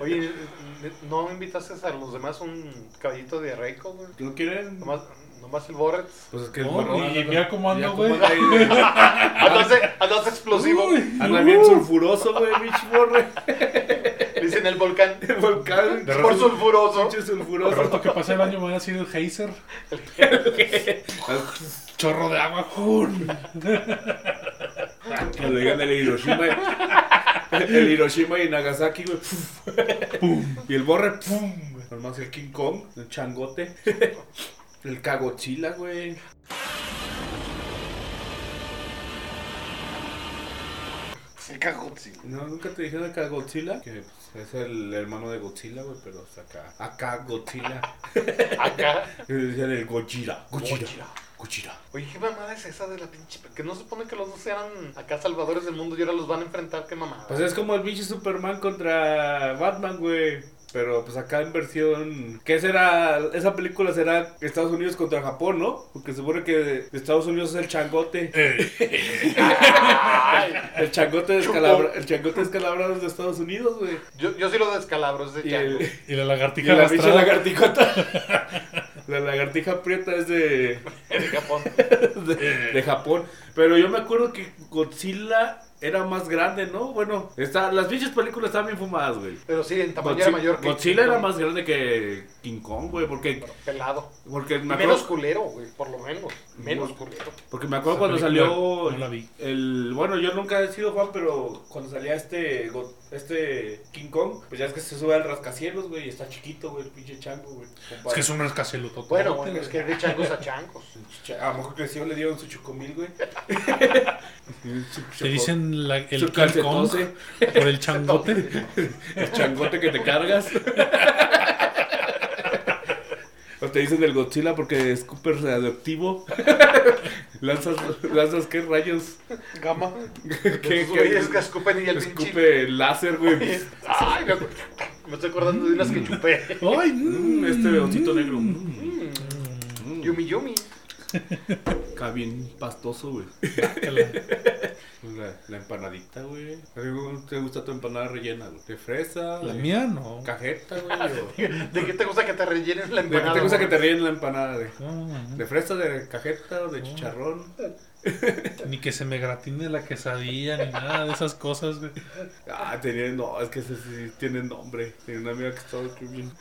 [SPEAKER 2] Oye, eh, ¿no invitaste a los demás un caballito de Reiko, güey?
[SPEAKER 3] ¿No quieren?
[SPEAKER 2] Nomás, nomás el Borretz.
[SPEAKER 3] Pues es que el
[SPEAKER 1] No,
[SPEAKER 3] marrón
[SPEAKER 1] y
[SPEAKER 3] anda-
[SPEAKER 1] mira cómo anda,
[SPEAKER 3] mira
[SPEAKER 1] güey.
[SPEAKER 3] anda ahí, güey.
[SPEAKER 2] Andas, andas explosivo.
[SPEAKER 1] Ah, Uy.
[SPEAKER 3] Anda bien sulfuroso, güey, bicho borre.
[SPEAKER 2] Le Dicen el volcán.
[SPEAKER 3] [LAUGHS] El volcán.
[SPEAKER 1] De
[SPEAKER 2] Por sulfuroso.
[SPEAKER 3] Pinche
[SPEAKER 1] Al
[SPEAKER 3] sulfuroso.
[SPEAKER 1] rato que pase el año me van a decir el geyser.
[SPEAKER 3] Ah,
[SPEAKER 1] Chorro de agua, jun.
[SPEAKER 3] Que le digan el Hiroshima. El Hiroshima y Nagasaki, güey. puf. Y el borre, pum. güey. Nomás el King Kong, el changote. El cagochila, güey.
[SPEAKER 4] El cagotzi.
[SPEAKER 3] No, nunca te dijeron acá Godzilla. Que pues, es el hermano de Godzilla, güey, pero hasta acá. Acá Godzilla.
[SPEAKER 2] Acá.
[SPEAKER 3] [LAUGHS] Y le decían el Godzilla. Godzilla. Godzilla.
[SPEAKER 2] Oye, qué mamada es esa de la pinche. Que no se supone que los dos eran acá salvadores del mundo y ahora los van a enfrentar. Qué mamada.
[SPEAKER 3] Pues es como el bicho Superman contra Batman, güey. Pero pues acá en versión. ¿Qué será? Esa película será Estados Unidos contra Japón, ¿no? Porque se supone que Estados Unidos es el changote.
[SPEAKER 2] Ay,
[SPEAKER 3] El changote descalabra, el changote descalabrado es de Estados Unidos, güey.
[SPEAKER 2] yo, yo sí lo descalabro ese
[SPEAKER 3] Y
[SPEAKER 2] [LAUGHS] chango.
[SPEAKER 3] el,
[SPEAKER 1] Y la
[SPEAKER 3] y
[SPEAKER 1] lagartija
[SPEAKER 3] la bicha
[SPEAKER 1] arrastrada.
[SPEAKER 3] lagartijota. La lagartija prieta es de,
[SPEAKER 2] De Japón.
[SPEAKER 3] de, de Japón. Pero yo me acuerdo que Godzilla era más grande, ¿no? Bueno, está, las bichas películas estaban bien fumadas, güey.
[SPEAKER 2] Pero sí, en tamaño
[SPEAKER 3] Godzilla,
[SPEAKER 2] era mayor que.
[SPEAKER 3] Godzilla era más grande que King Kong, güey, porque,
[SPEAKER 2] Pelado.
[SPEAKER 3] porque
[SPEAKER 2] Y
[SPEAKER 3] me acuerdo,
[SPEAKER 2] menos culero, güey. Por lo menos. Menos culero.
[SPEAKER 3] porque me acuerdo
[SPEAKER 1] Esa
[SPEAKER 3] cuando
[SPEAKER 1] película
[SPEAKER 3] salió
[SPEAKER 1] no la vi.
[SPEAKER 3] el bueno, yo nunca he sido Juan, pero cuando salía este Go- este King Kong, pues ya es que se sube al rascacielos, güey, y está chiquito, güey, el pinche chango, güey.
[SPEAKER 1] Es que es
[SPEAKER 3] un
[SPEAKER 1] un rascaceluto.
[SPEAKER 2] Bueno, bueno, es que es de changos a
[SPEAKER 3] [LAUGHS]
[SPEAKER 2] changos.
[SPEAKER 3] a lo mejor creció le dieron su chocomil, güey.
[SPEAKER 1] [LAUGHS] Te dicen la-
[SPEAKER 3] Su
[SPEAKER 1] el King Kong
[SPEAKER 3] calcetose.
[SPEAKER 1] por el
[SPEAKER 3] [LAUGHS]
[SPEAKER 1] changote.
[SPEAKER 3] El changote que te [LAUGHS] cargas. [LAUGHS] O te dicen del Godzilla porque es Cooper adoptivo. Lanzas, lanzas qué rayos.
[SPEAKER 4] Gama.
[SPEAKER 3] [LAUGHS] ¿Qué,
[SPEAKER 2] Que
[SPEAKER 3] qué-
[SPEAKER 2] güeyes que escupen y el pinche.
[SPEAKER 3] escupe láser, güey.
[SPEAKER 2] Ay, me, acu- me estoy acordando de unas que chupé.
[SPEAKER 1] ¡Ay!
[SPEAKER 3] Mm,
[SPEAKER 1] mm.
[SPEAKER 3] Este osito negro. [LAUGHS] Mm,
[SPEAKER 2] Yumi Yumi. [LAUGHS]
[SPEAKER 3] Está mm, bien pastoso, güey. Pues La, la empanadita, güey. ¿Te gusta tu empanada rellena, güey? ¿De fresa?
[SPEAKER 1] La
[SPEAKER 3] de
[SPEAKER 1] mía no.
[SPEAKER 3] [LAUGHS] Cajeta, güey. o-
[SPEAKER 2] ¿De qué te gusta que te rellenen la
[SPEAKER 3] ¿De qué
[SPEAKER 2] empanada?
[SPEAKER 3] te gusta que
[SPEAKER 2] güey?
[SPEAKER 3] te rellen la empanada, güey?
[SPEAKER 1] No,
[SPEAKER 3] ¿De fresa, de cajeta, de chicharrón?
[SPEAKER 1] Ni que se me gratine la quesadilla, ni nada de esas cosas, güey.
[SPEAKER 3] Ah, tenía, no, es que ese sí tiene nombre. Tenía una amiga que estaba escribiendo.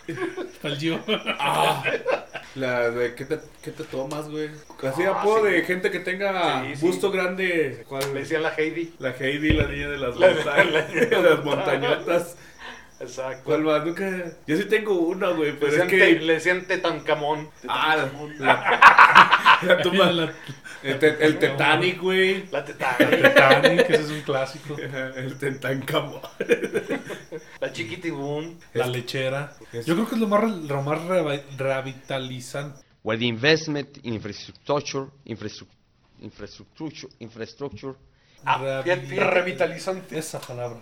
[SPEAKER 1] Al
[SPEAKER 3] [LAUGHS]
[SPEAKER 1] yo.
[SPEAKER 2] Ah.
[SPEAKER 3] La de ¿qué te, qué te tomas, güey? Así
[SPEAKER 2] Ah,
[SPEAKER 3] apodo
[SPEAKER 2] sí.
[SPEAKER 3] de gente que tenga
[SPEAKER 2] Sí, sí.
[SPEAKER 3] gusto grande. ¿Cuál?
[SPEAKER 2] Le decían la Heidi.
[SPEAKER 3] La Heidi, la niña de las,
[SPEAKER 2] La-
[SPEAKER 3] montañas,
[SPEAKER 2] la niña de
[SPEAKER 3] [LAUGHS] de
[SPEAKER 2] las
[SPEAKER 3] las montañotas.
[SPEAKER 2] Exacto.
[SPEAKER 3] ¿Cuál más? Nunca. Yo sí tengo una, güey,
[SPEAKER 2] le,
[SPEAKER 3] pero es
[SPEAKER 2] decían
[SPEAKER 3] que.
[SPEAKER 2] te- le decían Tetancamón.
[SPEAKER 3] [LAUGHS] Ah, la, la-
[SPEAKER 2] [LAUGHS]
[SPEAKER 3] la tumba.
[SPEAKER 1] La-
[SPEAKER 3] El, te- el Titanic, güey. [LAUGHS]
[SPEAKER 2] La Tetana.
[SPEAKER 1] [LAUGHS] Titanic, ese es un clásico.
[SPEAKER 3] El Tentancamo.
[SPEAKER 2] la Chiquitibún.
[SPEAKER 1] La lechera. Yo creo que es lo más, re- lo más reva- revitalizante.
[SPEAKER 9] where the investment in infrastructure, infrastru- infrastructure, infrastructure,
[SPEAKER 2] Ah, fíjate,
[SPEAKER 1] Revi-
[SPEAKER 2] fíjate.
[SPEAKER 4] Revitalizante.
[SPEAKER 1] Esa
[SPEAKER 2] [LAUGHS]
[SPEAKER 1] palabra.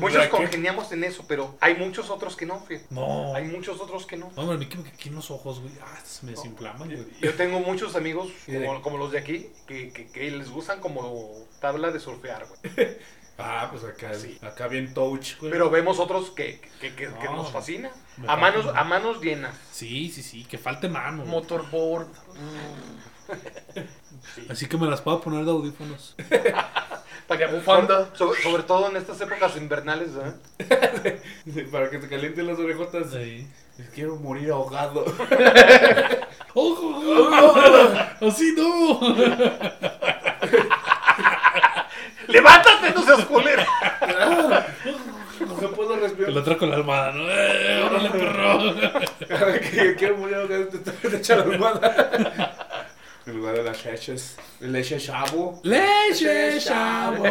[SPEAKER 2] Muchos congeniamos en eso, pero hay muchos otros que no, fíjate.
[SPEAKER 1] No.
[SPEAKER 2] Hay muchos otros que no.
[SPEAKER 1] No, hombre, me quemo aquí en los ojos, güey. Ah, se me desinflaman, güey.
[SPEAKER 2] Yo tengo muchos amigos,
[SPEAKER 3] de-
[SPEAKER 2] como, como los de aquí, que, que, que les gustan como tabla de surfear, güey.
[SPEAKER 3] Ah, pues acá, acá bien touch, güey.
[SPEAKER 2] Pero vemos otros que, que, que- que
[SPEAKER 1] No.
[SPEAKER 2] nos fascina.
[SPEAKER 1] Me
[SPEAKER 2] A manos,
[SPEAKER 1] fascina.
[SPEAKER 2] a manos llenas.
[SPEAKER 1] Sí, sí, sí, que falte mano. güey.
[SPEAKER 4] Motorboard.
[SPEAKER 1] Así que me las puedo poner de audífonos.
[SPEAKER 2] Para que,
[SPEAKER 4] Bufanda.
[SPEAKER 2] Sobre, sobre todo en estas épocas invernales, ¿eh?
[SPEAKER 3] Para que te calienten las orejotas.
[SPEAKER 1] Sí.
[SPEAKER 3] Quiero morir ahogado.
[SPEAKER 1] ¡Ojo!
[SPEAKER 2] [LAUGHS]
[SPEAKER 1] ¡Ojo! ¡Oh! ¡Así no!
[SPEAKER 2] ¡Levántate, no seas culero!
[SPEAKER 3] No puedo
[SPEAKER 1] El
[SPEAKER 3] respirar.
[SPEAKER 1] otro con la almohada, ¿no? ¡Eh,
[SPEAKER 2] [LAUGHS]
[SPEAKER 1] ¡Órale, perro!
[SPEAKER 3] que yo quiero morir ahogado. Te te echa la almohada. [LAUGHS] En lugar de las leches. Leche chavo.
[SPEAKER 1] ¡Leche, chavo!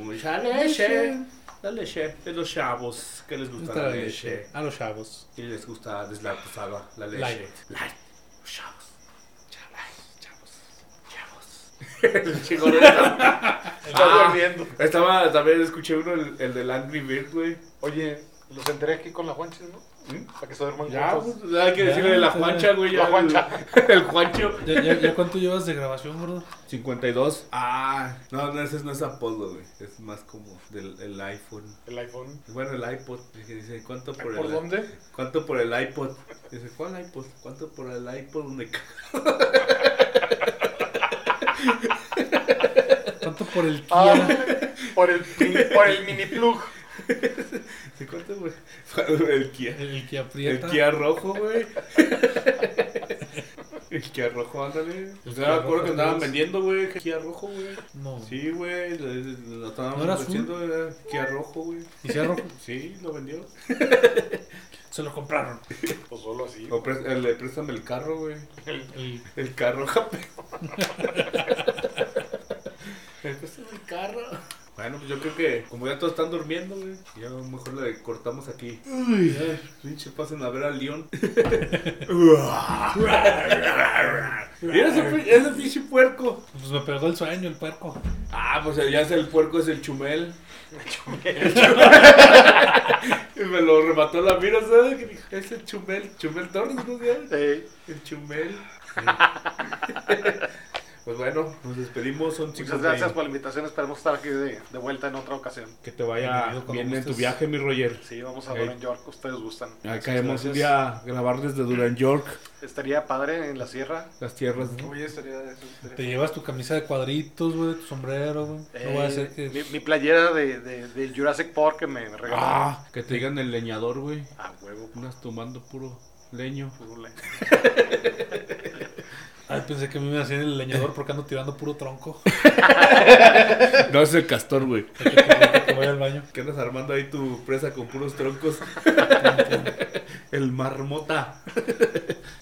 [SPEAKER 3] Mucha leche. La leche de los chavos. Que les gusta la leche.
[SPEAKER 1] A los chavos.
[SPEAKER 3] Y les gusta deslactosada. La leche.
[SPEAKER 1] Light.
[SPEAKER 3] Light. Los chavos. Chavos. Chavos. Chavos. [LAUGHS] El chico [LAUGHS] de-
[SPEAKER 2] Está durmiendo.
[SPEAKER 3] Estaba, también escuché uno, el, el del Angry Bird, güey.
[SPEAKER 2] Oye, los enteré aquí con la Juanches, ¿no?
[SPEAKER 3] ¿Mm?
[SPEAKER 2] Para que se duerman
[SPEAKER 3] Ya,
[SPEAKER 2] juntos.
[SPEAKER 3] pues, hay que decirle de la
[SPEAKER 1] Ya,
[SPEAKER 3] Juancha, güey. ya
[SPEAKER 2] La Juancha.
[SPEAKER 3] El, [LAUGHS] el Juancho.
[SPEAKER 1] ¿Ya, ya, ya cuánto llevas de grabación, gordo?
[SPEAKER 3] 52. Ah, no, no, ese no es apodo, güey. Es más como del el iPhone.
[SPEAKER 2] El iPhone.
[SPEAKER 3] Bueno, el iPod. el que dice, ¿cuánto por,
[SPEAKER 4] ¿Por
[SPEAKER 3] el
[SPEAKER 4] dónde?
[SPEAKER 3] ¿Cuánto por el iPod? Dice, ¿cuál iPod? ¿Cuánto por el iPod? Me ca- [LAUGHS]
[SPEAKER 1] ¿Cuánto por el Kia?
[SPEAKER 2] Ah, por, el, pin- por el mini plug.
[SPEAKER 3] Dice, ¿cuánto por por [LAUGHS] el Kia?
[SPEAKER 1] El Kia aprieta.
[SPEAKER 3] El Kia rojo, güey. [LAUGHS] El Kia rojo, ándale. Yo
[SPEAKER 1] Kia
[SPEAKER 3] me acuerdo
[SPEAKER 1] rojo,
[SPEAKER 3] que andaban
[SPEAKER 1] amigos.
[SPEAKER 3] vendiendo, güey, Kia rojo, güey.
[SPEAKER 1] No.
[SPEAKER 3] Sí, güey, lo- lo lo estaban
[SPEAKER 1] ¿No era azul?
[SPEAKER 3] vendiendo, Oh. era Kia rojo, güey.
[SPEAKER 1] ¿Y si rojo?
[SPEAKER 3] Sí, lo vendió.
[SPEAKER 1] Se lo compraron.
[SPEAKER 2] Pues solo así.
[SPEAKER 3] O pré- eh, le préstame el carro, güey.
[SPEAKER 1] El-
[SPEAKER 3] El carro, [LAUGHS] jape. Le préstame el carro. Bueno, pues yo creo que como ya todos están durmiendo, güey, ya mejor le cortamos aquí. Uy, ay, pinche, pasen a ver al [LAUGHS] león. Mira ese, pi- ese pinche puerco.
[SPEAKER 1] Pues me pegó el sueño, el puerco.
[SPEAKER 3] Ah, pues ya es el puerco, es el chumel. [LAUGHS] Y me lo remató la mira, ¿sabes? Que dije, Es el chumel, chumel Torres, ¿no sabes? El chumel. pues bueno, nos despedimos, son chicos.
[SPEAKER 2] Muchas gracias por la invitación. Esperemos estar aquí de, de vuelta en otra ocasión.
[SPEAKER 3] Que te vaya
[SPEAKER 1] Bienvenido,
[SPEAKER 3] bien
[SPEAKER 1] cuando
[SPEAKER 3] en tu
[SPEAKER 1] gustes.
[SPEAKER 3] viaje, mi Roger.
[SPEAKER 2] Sí, vamos a
[SPEAKER 3] Ok.
[SPEAKER 2] Duran York. Ustedes gustan.
[SPEAKER 3] Ahí caemos un día a grabar desde Duran York,
[SPEAKER 2] Estaría padre en la sierra.
[SPEAKER 3] las tierras.
[SPEAKER 4] Oye, estaría eso.
[SPEAKER 1] Te
[SPEAKER 4] estaría-
[SPEAKER 1] llevas tu camisa de cuadritos, güey, tu sombrero, güey. No voy a hacer que.
[SPEAKER 2] Eh, mi, mi playera de, de- del Jurassic Park que me regaló.
[SPEAKER 3] Ah, que te digan el leñador, güey.
[SPEAKER 2] A huevo.
[SPEAKER 3] Unas tomando puro leño. [LAUGHS]
[SPEAKER 2] pule.
[SPEAKER 1] Ay, pensé que a mí me hacían el leñador porque ando tirando puro tronco.
[SPEAKER 3] No es el castor, güey.
[SPEAKER 1] Ahorita que voy al baño.
[SPEAKER 3] Que andas armando ahí tu presa con puros troncos. [LAUGHS] el marmota.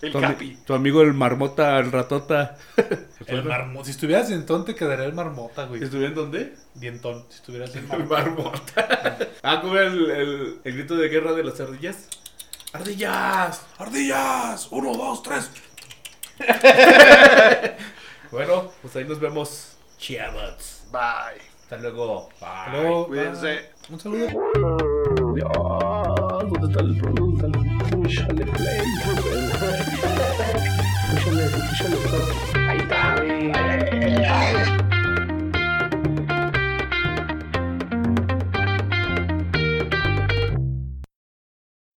[SPEAKER 2] El
[SPEAKER 3] tu, ami-
[SPEAKER 2] Capi.
[SPEAKER 3] tu amigo el marmota, el ratota.
[SPEAKER 1] El marmo- Si estuvieras dientón, te quedaría el marmota, güey.
[SPEAKER 3] ¿Estuvieron dónde?
[SPEAKER 1] Dientón, si estuvieras el
[SPEAKER 3] [LAUGHS] El
[SPEAKER 1] marmota.
[SPEAKER 3] marmota. ah, como el, el, el grito de guerra de las ardillas. ¡Ardillas! ¡Ardillas! ¡Uno, dos, tres! [LAUGHS] Bueno, pues ahí nos vemos. Chiabats.
[SPEAKER 2] Bye.
[SPEAKER 3] Hasta luego. Bye.
[SPEAKER 1] Luego,
[SPEAKER 2] Cuídense.
[SPEAKER 1] un saludo.
[SPEAKER 3] ¿Dónde está el producto? Púchale play. Púchale, púchale play.